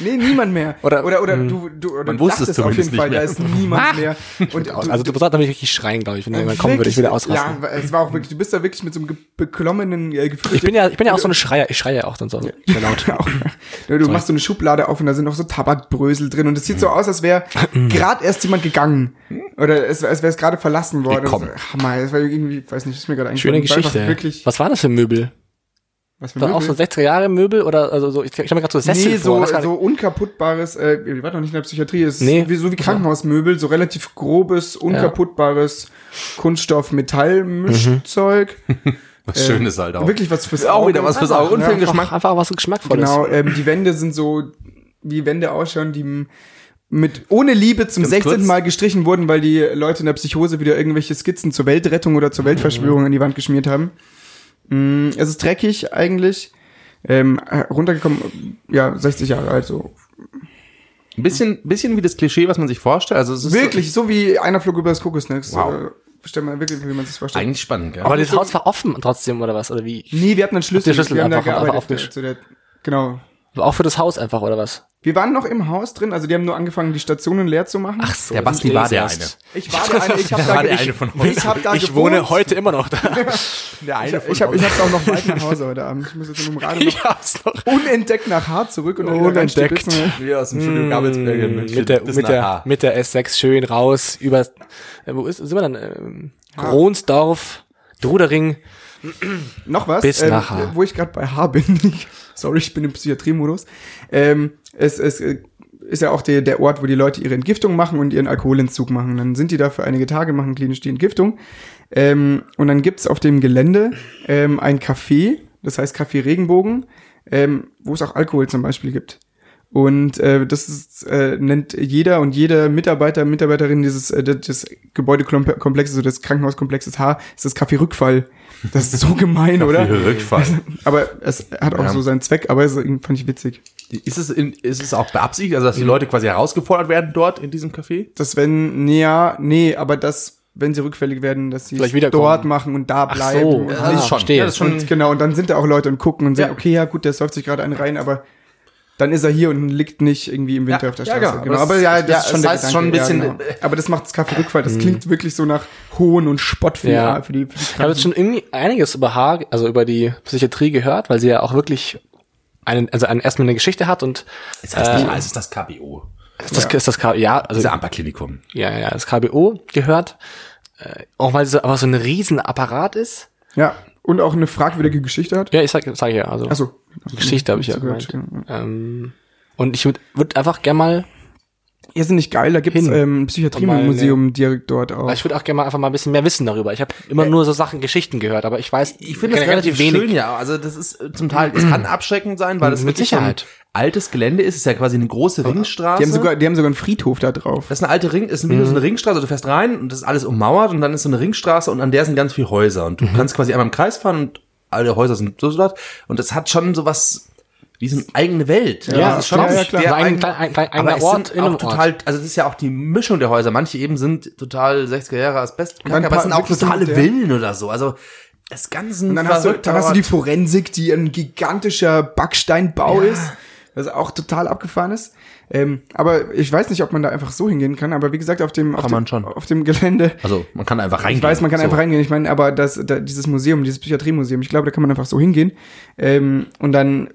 S3: Nee, niemand mehr.
S4: Oder- Hm.
S3: oder, oder du, du oder
S2: Man
S3: du
S2: wusste es
S3: dachtest auf
S2: zumindest
S3: jeden Fall,
S2: nicht
S3: da
S2: mehr.
S3: ist niemand mehr. Und du,
S4: Also du musst da wirklich schreien, glaube ich. Wenn da jemand kommen würde, ich würde ausrasten.
S3: Ja, es war auch wirklich, du bist da wirklich mit so einem ge- beklommenen äh, Gefühl.
S4: Ich bin ja, ich bin ja auch so ein Schreier. Ich schreie ja auch dann so sehr laut.
S3: auch, ja, du machst so eine Schublade auf und da sind noch so Tabakbrösel drin und es sieht so aus, als wäre
S4: Hm.
S3: gerade erst jemand gegangen. Oder es, als wäre es gerade verlassen worden.
S4: komm.
S3: Also, Hammer, es war irgendwie, weiß nicht, ist mir gerade
S4: Schöne
S3: eingefallen. Es war
S4: Geschichte.
S3: einfach Wirklich,
S4: Was war das für ein Möbel?
S3: was für
S4: War auch
S3: Möbel?
S4: so 60er Jahre Möbel oder also so ich, ich habe mir gerade so Sessel
S3: nee,
S4: vor.
S3: so,
S4: weiß gar
S3: so unkaputtbares, äh, ich war doch nicht in der Psychiatrie, es ist
S4: Nee.
S3: wie, so wie Krankenhausmöbel, so relativ grobes, unkaputtbares Kunststoff-Metall-Mischzeug.
S2: Was Schönes halt auch.
S3: Wirklich was fürs Auge.
S2: Auch wieder was fürs Auge und für den
S3: Ja,
S2: Geschmack.
S4: nicht. Einfach was geschmackvolles.
S3: genau, ähm, die Wände sind so, wie Wände ausschauen, die m- mit ohne Liebe zum
S2: Ganz
S3: 16.
S2: kurz.
S3: Mal gestrichen wurden, weil die Leute in der Psychose wieder irgendwelche Skizzen zur Weltrettung oder zur
S2: Mhm.
S3: Weltverschwörung an die Wand geschmiert haben. Mm, Es ist dreckig eigentlich. Ähm, äh, runtergekommen, ja, 60 Jahre alt, so
S2: Ein bisschen, bisschen wie das Klischee, was man sich vorstellt. Also es ist
S3: Wirklich, so wie einer flog über das Kokosnest.
S2: Wow.
S3: Äh, Stell mal wirklich, wie man sich das
S2: So,
S3: vorstellt.
S2: eigentlich spannend, gell?
S4: Aber das Haus war offen trotzdem oder was oder wie?
S3: nee, wir hatten einen Schlüssel.
S4: Den Schlüssel
S3: wir haben
S4: einfach-
S3: da
S4: einfach
S3: gearbeitet.
S4: aufgesch-
S3: zu der, genau.
S4: Auch für das Haus einfach oder was?
S3: Wir waren noch im Haus drin, also die haben nur angefangen, die Stationen leer zu machen. Ach,
S2: Der Basti war der eine.
S3: ich war der eine, ich habe
S2: war
S3: da, ge-
S2: der
S3: ich,
S2: eine von uns.
S3: ich hab da
S4: ich
S3: gewohnt. genau.
S4: wohne heute immer noch da.
S2: Der
S3: Ich, ich, hab, ich hab's auch noch weit nach Hause heute Abend. Ich muss jetzt mit dem Rad noch
S4: hab's noch.
S3: unentdeckt nach Haar zurück und dann wieder
S4: Unentdeckt.
S3: reinstibitzen.
S2: Wir aus dem Studio Gabelsberg in München.
S4: Hm, Mit der,
S2: Das ist
S4: mit,
S2: ein
S4: der,
S2: Aha.
S4: mit der S6 schön raus über, äh, wo ist, sind wir dann? Ähm, Gronsdorf, Drudering.
S3: Noch was,
S4: Bis
S3: ähm,
S4: nach Haar.
S3: wo ich gerade bei Haar bin. Ich- Sorry, ich bin im Psychiatrie-Modus. Ähm, es, es äh, ist ja auch der, der Ort, wo die Leute ihre Entgiftung machen und ihren Alkoholentzug machen. Dann sind die da für einige Tage, machen klinisch die Entgiftung. Ähm, und dann gibt's auf dem Gelände ähm, ein Café, das heißt Café Regenbogen, ähm, wo es auch Alkohol zum Beispiel gibt. Und äh, das ist, äh, nennt jeder und jede Mitarbeiter, Mitarbeiterin dieses äh, des Gebäudekomplexes oder des Krankenhauskomplexes H ist das Café Rückfall. Das ist so gemein, oder?
S2: Rückfall.
S3: Aber es hat auch
S2: Ja.
S3: so seinen Zweck, aber es fand ich witzig.
S2: Ist es, in, ist es auch beabsichtigt, also dass die Leute quasi herausgefordert werden dort in diesem Café?
S3: Dass wenn, nee, ja, nee, aber dass, wenn sie rückfällig werden, dass sie
S4: Vielleicht
S3: es
S4: wiederkommen.
S3: dort machen und da bleiben.
S4: so,
S3: und,
S4: ja. Ah,
S2: das ist schon.
S4: verstehe.
S2: Ja, das ist schon
S3: und genau, und dann sind da auch Leute und gucken und sagen,
S2: Ja.
S3: okay, ja gut, der säuft sich gerade einen rein, aber dann ist er hier und liegt nicht irgendwie im Winter
S2: Ja,
S3: auf der
S2: ja,
S3: Straße.
S2: genau, aber das- das
S3: der
S2: heißt schon ein
S3: Gedanke,
S2: bisschen- äh, Hm.
S3: genau. Aber das macht das Kaffee Rückfall. Das klingt wirklich so nach Hohn und Spott für,
S4: Ja.
S3: die, für die, für die
S4: Ich habe jetzt schon irgendwie einiges über Haar, also über die Psychiatrie gehört, weil sie ja auch wirklich einen, also einen, erstmal eine Geschichte hat und
S2: Es heißt nicht, es ist das KBO.
S4: ist das, ist das K- ja, also
S2: Das Amperklinikum.
S4: ja, ja, das KBO gehört, äh, auch weil es so, aber so ein Riesenapparat ist.
S3: Ja. Und auch eine fragwürdige Geschichte hat.
S4: Ja, ich sag, sag ich ja, also
S3: Ach so.
S4: Die Geschichte habe ich ja
S3: Zugehört,
S4: gemeint. Ähm, und ich würde würd einfach gerne mal,
S3: Ja, sind nicht geil. Da gibt's
S4: Hin.
S3: ähm,
S4: Mal,
S3: Psychiatriemuseum direkt dort auch.
S4: weil ich würde auch gerne mal einfach mal ein bisschen mehr wissen darüber. Ich habe immer nur so Sachen, Geschichten gehört, aber ich weiß,
S2: Äh, Ich finde das relativ schön, ja. Also das ist äh, zum Teil, es kann abschreckend sein, weil das
S4: Mit
S2: wirklich so ein
S4: Sicherheit.
S2: altes Gelände ist. Es ist ja quasi eine große Ringstraße.
S3: Die haben, sogar, Mhm. die haben sogar einen Friedhof da drauf.
S2: das ist eine alte Ring, ist wie so eine Ringstraße. Also Du fährst rein und das ist alles ummauert und dann ist so eine Ringstraße und an der sind ganz viele Häuser und du
S3: Mhm.
S2: kannst quasi einmal im Kreis fahren und alle Häuser sind so dort und das hat schon sowas wie so eine eigene Welt.
S4: Ja,
S2: das
S4: ist schon
S3: ja,
S4: ja,
S3: ja,
S2: sehr
S3: klar.
S4: Ein,
S2: eigen-
S4: ein, ein, ein,
S2: aber
S4: ein
S2: es
S4: Ort
S2: sind
S4: in
S2: auch
S4: einem
S2: total,
S4: Ort.
S2: also es ist ja auch die Mischung der Häuser. Manche eben sind total 60er Jahre Asbest,
S3: Dann
S2: aber es sind auch
S3: wirklich so
S2: totale
S3: mit der-
S2: Villen oder so. Also das Ganze
S3: Und dann hast, du, dann hast du die Forensik, die ein gigantischer Backsteinbau ist, was auch total abgefahren ist. Ähm, aber ich weiß nicht, ob man da einfach so hingehen kann. Aber wie gesagt, auf dem, auf
S2: Kann
S3: dem,
S2: man schon.
S3: Auf dem Gelände
S2: Also man kann einfach reingehen.
S3: Ich weiß, man kann
S2: So.
S3: einfach reingehen. Ich meine, aber das, da, dieses Museum, dieses Psychiatriemuseum, ich glaube, da kann man einfach so hingehen. Ähm, und dann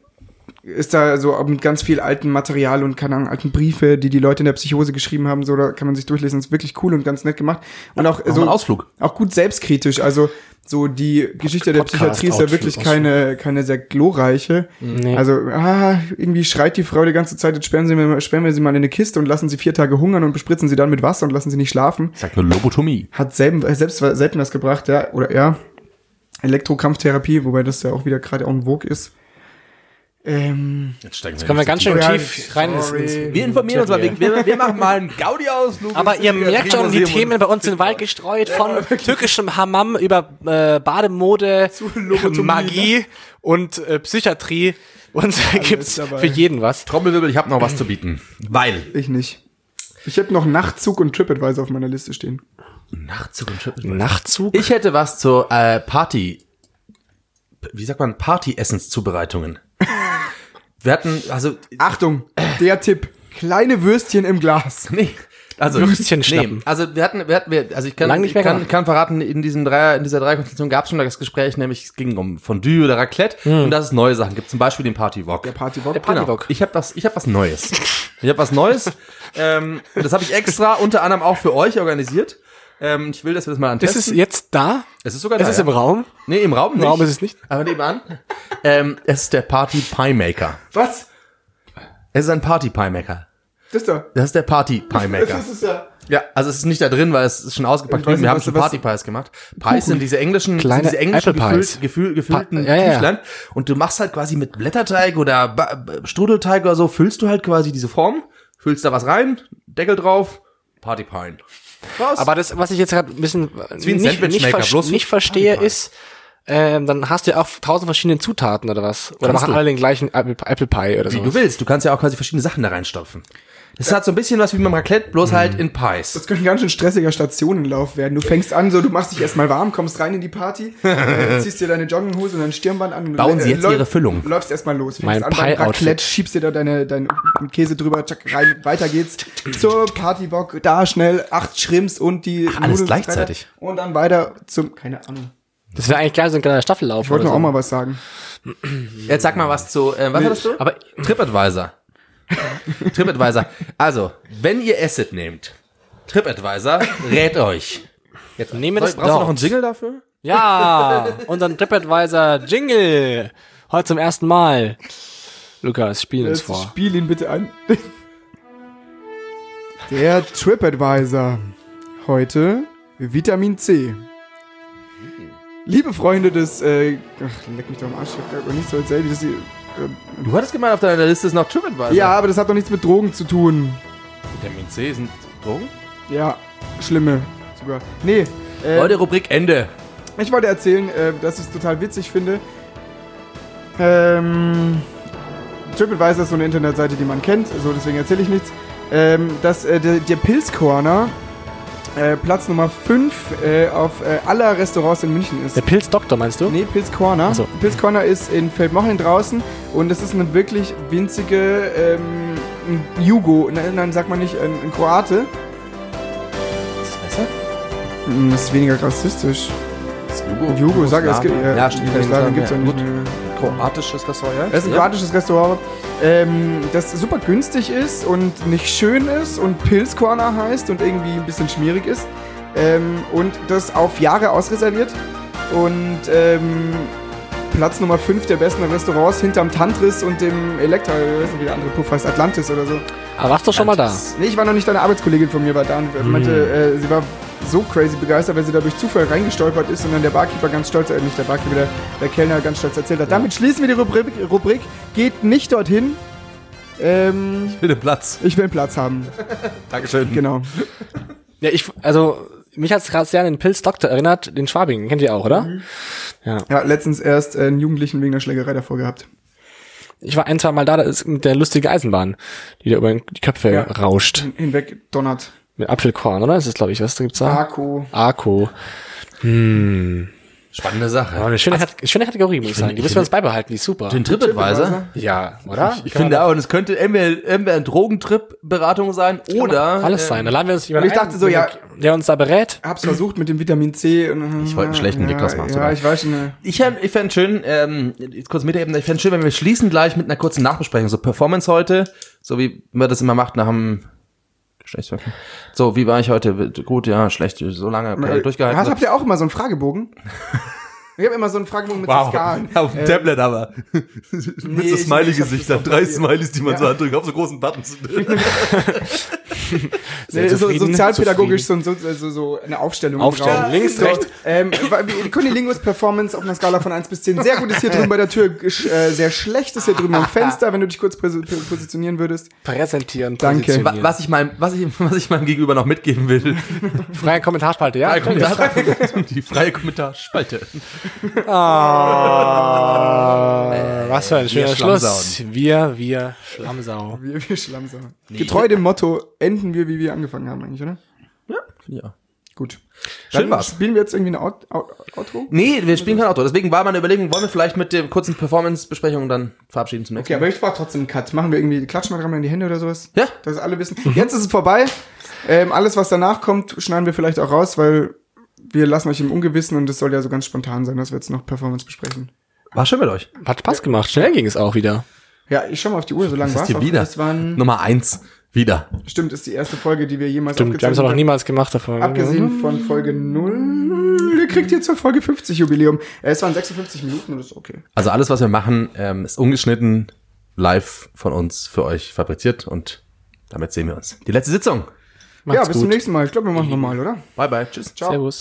S3: ist da so mit ganz viel altem Material und keine Ahnung, alten Briefe, die die Leute in der Psychose geschrieben haben, so, da kann man sich durchlesen. Ist wirklich cool und ganz nett gemacht. Und auch,
S2: Machen wir
S3: so,
S2: einen Ausflug.
S3: auch gut selbstkritisch. Also, so die Geschichte der
S4: Podcast,
S3: Psychiatrie ist ja
S4: Outfit,
S3: wirklich
S4: Ausflug.
S3: keine, keine sehr glorreiche.
S4: Nee.
S3: Also, ah, irgendwie schreit die Frau die ganze Zeit, jetzt sperren, sie, mir- sperren wir sie mal in eine Kiste und lassen sie vier Tage hungern und bespritzen sie dann mit Wasser und lassen sie nicht schlafen
S2: Ich sag nur Lobotomie.
S3: hat selben, äh, selbst, selten was gebracht, ja, oder ja. Elektrokampftherapie, wobei das ja auch wieder gerade en vogue ist. Ähm,
S2: Jetzt steigen
S4: Können wir ganz schön
S3: Ja,
S4: tief rein ins, ins
S3: sorry.
S2: Wir informieren uns mal,
S4: Terrier.
S2: wir, wir, wir machen mal einen Gaudi-Ausflug.
S4: Aber
S2: ins
S4: ihr merkt schon, die
S2: Psychiatriemuseum
S4: Themen bei uns sind weit gestreut von türkischem Hammam über äh, Bademode,
S2: ne?
S3: Lobotomie,
S4: Magie und äh, Psychiatrie. Und da gibt's
S3: dabei.
S4: für jeden was.
S2: Trommelwirbel, ich habe noch was zu bieten. Weil.
S3: ich nicht. Ich habe noch Nachtzug und TripAdvisor auf meiner Liste stehen.
S2: Nachtzug und
S4: Nachtzug?
S2: Ich hätte was zur äh, Party. Wie sagt man? Party-Essenszubereitungen. Wir hatten, also.
S3: Achtung, der Tipp. Kleine Würstchen im Glas.
S2: Nee. Also,
S4: Würstchen schnappen.
S2: also wir hatten, wir hatten, wir, also ich kann,
S4: Lang nicht mehr
S2: kann,
S4: gemacht.
S2: kann verraten, in diesem Dreier, in dieser Dreierkonstellation gab es schon das Gespräch, nämlich es ging um Fondue oder Raclette
S4: Hm.
S2: und dass es neue Sachen gibt, zum Beispiel den Party Wok.
S3: Der Partybock.
S4: Party-
S2: Genau.
S4: Partybock.
S2: Ich habe was, ich habe was Neues. Ich habe was Neues. ähm, und das habe ich extra unter anderem auch für euch organisiert. Ähm, ich will, dass wir das mal
S4: Ist
S2: antesten.
S4: es jetzt da?
S2: es ist sogar
S4: Es
S2: da,
S4: ist
S2: ja.
S4: im Raum?
S2: Nee, im Raum nicht.
S4: Im Raum ist es nicht.
S2: Aber nebenan. ähm, es ist der Party Pie Maker.
S3: Was?
S2: Es ist ein Party Pie Maker.
S3: Das da.
S2: Das ist der Party Pie Maker.
S3: Das ist ja.
S2: ja, also es ist nicht da drin, weil es ist schon ausgepackt
S3: Ich weiß
S2: worden. Wir
S3: nicht,
S2: haben
S3: was-
S2: schon
S3: was-
S2: Party Pies gemacht. Pies sind diese englischen,
S4: Kleine
S2: sind diese englischen
S4: Apple Pies.
S2: gefüllt, gefühl, gefüllten
S4: Pa- ja, ja.
S2: Tüchlein. Und du machst halt quasi mit Blätterteig oder Ba- Ba- Strudelteig oder so, füllst du halt quasi diese Form, füllst da was rein, Deckel drauf, Party Pie. Raus.
S4: Aber das, was ich jetzt gerade ein bisschen
S2: wie ein
S4: nicht, nicht,
S2: Sandwichmaker,
S4: ver-
S2: bloß
S4: nicht
S2: für
S4: verstehe,
S2: Partypie.
S4: ist, ähm, dann hast du ja auch tausend verschiedene Zutaten oder was. Oder
S2: Kannst
S4: machen
S2: du.
S4: alle den gleichen Apple, Apple Pie oder so.
S2: wie du willst. Du kannst ja auch quasi verschiedene Sachen da reinstopfen. Das hat so ein bisschen was wie beim Raclette, bloß
S4: Mhm.
S2: halt in Pies.
S3: Das könnte ein ganz schön stressiger Stationenlauf werden. Du fängst an, so, du machst dich erstmal warm, kommst rein in die Party, äh, ziehst dir deine Jogginghose und dein Stirnband an. und
S2: Bauen
S3: lä-
S2: Sie jetzt
S3: läu-
S2: Ihre Füllung.
S3: Läufst erstmal los. Fängst
S4: Mein
S3: an beim
S4: Pie-Outfit.
S3: Raclette, schiebst dir da deine, deinen Käse drüber, tschack, rein, weiter geht's zur Partybock, da schnell, acht Schrimps und die Ach,
S2: alles gleichzeitig.
S3: Und dann weiter zum, keine Ahnung.
S4: Das wäre eigentlich geil, so ein kleiner Staffellauf.
S3: Ich wollte
S4: oder
S3: noch
S4: so.
S3: auch mal was sagen.
S2: Jetzt sag mal was zu, äh, was hattest du?
S4: Aber
S2: TripAdvisor. TripAdvisor. Also, wenn ihr Acid nehmt, TripAdvisor rät euch. Jetzt
S4: Nehme das
S2: brauchst du
S4: dort.
S2: noch einen Jingle dafür?
S4: Ja, unseren TripAdvisor Jingle. Heute zum ersten Mal. Lukas, spiel uns
S3: Jetzt
S4: vor.
S3: Spiel ihn bitte an. Der TripAdvisor. Heute Vitamin C. Liebe Freunde des, äh, ach, leck mich doch am Arsch, ich hab gar gar nichts so erzählt, dass sie,
S2: Du hattest gemeint, auf deiner Liste ist noch TripAdvisor.
S3: ja, aber das hat doch nichts mit Drogen zu tun.
S2: Vitamin C sind Drogen.
S3: Ja, schlimme sogar. Nee, äh,
S2: Heute Rubrik Ende.
S3: ich wollte erzählen, äh, dass ich es total witzig finde. Ähm, TripAdvisor ist so eine Internetseite, die man kennt, so deswegen erzähle ich nichts. Ähm, dass äh, der, der Pilzcorner äh, Platz Nummer 5 äh, auf äh, aller Restaurants in München ist.
S4: Der Pilzdoktor, meinst du?
S3: Nee, Pilz Corner.
S4: Ach so.
S3: Pilz Corner ist in Feldmochlen draußen und es ist eine wirklich winzige ähm, ein Jugo, nein, nein, sagt man nicht, ein, ein Kroate.
S2: Ist das besser?
S3: Hm, Das ist weniger rassistisch.
S2: Ist
S3: Jugo, sag es gibt
S2: ja, stimmt.
S3: Jugoslawien gibt's ja
S2: ja,
S3: nicht
S2: gut.
S3: mehr.
S2: Kroatisches Restaurant, ne? ja?
S3: Es ist ein kroatisches Restaurant, ähm, das super günstig ist und nicht schön ist und Pilzcorner heißt und irgendwie ein bisschen schmierig ist. Ähm, und das auf Jahre ausreserviert. Und ähm, Platz Nummer 5 der besten Restaurants hinterm Tantris und dem Elektra, wir wissen, wie der andere Puff heißt, Atlantis oder so.
S4: Aber warst doch schon mal da.
S3: Nee, ich war noch nicht deine Arbeitskollegin von mir, war da und
S2: Hm.
S3: meinte, äh, sie war so crazy begeistert, weil sie da durch Zufall reingestolpert ist und dann der Barkeeper ganz stolz, äh, nicht der Barkeeper, der, der Kellner ganz stolz erzählt hat. Damit schließen wir die Rubrik, Rubrik geht nicht dorthin. Ähm,
S2: Bitte Platz.
S3: ich will einen Platz haben.
S2: Dankeschön.
S3: Genau.
S4: Ja, ich, also, mich hat's gerade sehr an den Pilzdoktor erinnert, den Schwabing, den kennt ihr auch, oder?
S3: Mhm. Ja, letztens erst äh, einen Jugendlichen wegen der Schlägerei davor gehabt.
S4: Ich war ein, zwei Mal da, da ist mit der lustigen Eisenbahn, die da über die Köpfe
S3: Ja.
S4: rauscht.
S3: Hin hinweg donnert.
S4: Mit Apfelkorn, oder? Das ist, glaube ich, was gibt's da?
S3: Marco.
S4: Arco.
S2: Spannende Sache. Also,
S4: Aber eine schöne, Kat- schöne Kategorie, muss ich sagen. Die müssen wir uns beibehalten, die ist super.
S2: Den TripAdvisor?
S4: Ja, oder?
S2: Ich finde auch, und es könnte entweder, entweder ein Drogentrip-Beratung sein oder.
S4: Alles sein. Da laden wir uns jemanden
S3: Und ich dachte so, ja.
S4: der uns da berät.
S3: Hab's versucht mit dem Vitamin C. Und,
S2: Ich wollte einen schlechten
S3: ja,
S2: Gag draus machen,
S3: Ja,
S2: sogar.
S3: ich weiß schon. äh,
S2: Ich, fänd- ich fände schön, ähm, jetzt kurz miterheben, ich fände schön, wenn wir schließen gleich mit einer kurzen Nachbesprechung. So Performance heute, so wie man das immer macht nach dem Geschlechtsverkehr. So, wie war ich heute? Gut, ja, schlecht, so lange äh, durchgehalten.
S3: Hast, habt ihr auch immer so einen Fragebogen? ich habe immer so einen Fragebogen mit so Skalen. Äh,
S2: Auf dem Tablet aber. mit
S3: nee,
S2: so
S3: ich-
S2: Smiley-Gesichtern, drei Smileys, die man so andrückt, auf so großen Buttons.
S3: Nee, so,
S4: zufrieden,
S3: sozialpädagogisch so, ein- so, so, so eine Aufstellung. im
S4: Aufstellung,
S3: Raum.
S4: links,
S3: so,
S4: rechts.
S3: Ähm, weil wir- Kunilingus Performance auf einer Skala von 1 bis 10. Sehr gut ist hier drüben bei der Tür, gesch- äh, sehr schlecht ist hier drüben am Fenster, wenn du dich kurz präse- positionieren würdest.
S4: Präsentieren,
S3: Danke.
S2: Wa-
S4: positionieren.
S2: Was ich, meinem, was, ich, was ich meinem Gegenüber noch mitgeben will.
S4: Freie Kommentarspalte, ja?
S2: die freie Kommentarspalte.
S4: Ah, was für ein schöner
S2: wir
S4: Schluss. Wir, wir, Schlammsau.
S3: Wir, wir Schlamser. Getreu dem Motto, enden wir, wie wir angefangen haben eigentlich, oder?
S2: Ja.
S3: Gut.
S2: Schön
S3: Dann
S2: war's.
S3: Spielen wir jetzt irgendwie ein Out, Out, Outro?
S2: Nee, wir spielen kein Auto. Deswegen war meine Überlegung, wollen wir vielleicht mit der kurzen Performance-Besprechung dann verabschieden zum nächsten
S3: Okay, aber ich war trotzdem einen Cut. Machen wir irgendwie, klatschen wir dran in die Hände oder sowas?
S2: Ja. Mhm.
S3: Dass alle wissen. Jetzt ist es vorbei. Ähm, alles, was danach kommt, schneiden wir vielleicht auch raus, weil wir lassen euch im Ungewissen und es soll ja so ganz spontan sein, dass wir jetzt noch Performance besprechen.
S2: Mal. War schön mit euch.
S4: Hat Spaß gemacht. Schnell ging es auch wieder.
S3: Ja, ich schau mal auf die Uhr, so
S2: Das
S3: lange
S2: ist
S3: war's
S2: hier
S3: auch.
S2: wieder.
S3: Das waren,
S2: Nummer eins. Wieder.
S3: stimmt, ist die erste Folge, die wir jemals
S4: Stimmt, wir haben es noch
S3: haben.
S4: niemals gemacht davon.
S3: Abgesehen von Folge 0, ihr kriegt jetzt zur Folge 50 Jubiläum. Äh, Es waren 56 Minuten und das ist okay.
S2: Also alles, was wir machen, ähm, ist ungeschnitten, live von uns für euch fabriziert und damit sehen wir uns. Die letzte Sitzung.
S4: Macht's
S3: ja, bis zum
S4: gut.
S2: Mhm.
S3: nächsten Mal. Ich glaube, wir machen nochmal, oder?
S2: Bye bye. Tschüss.
S3: Ciao.
S4: Servus.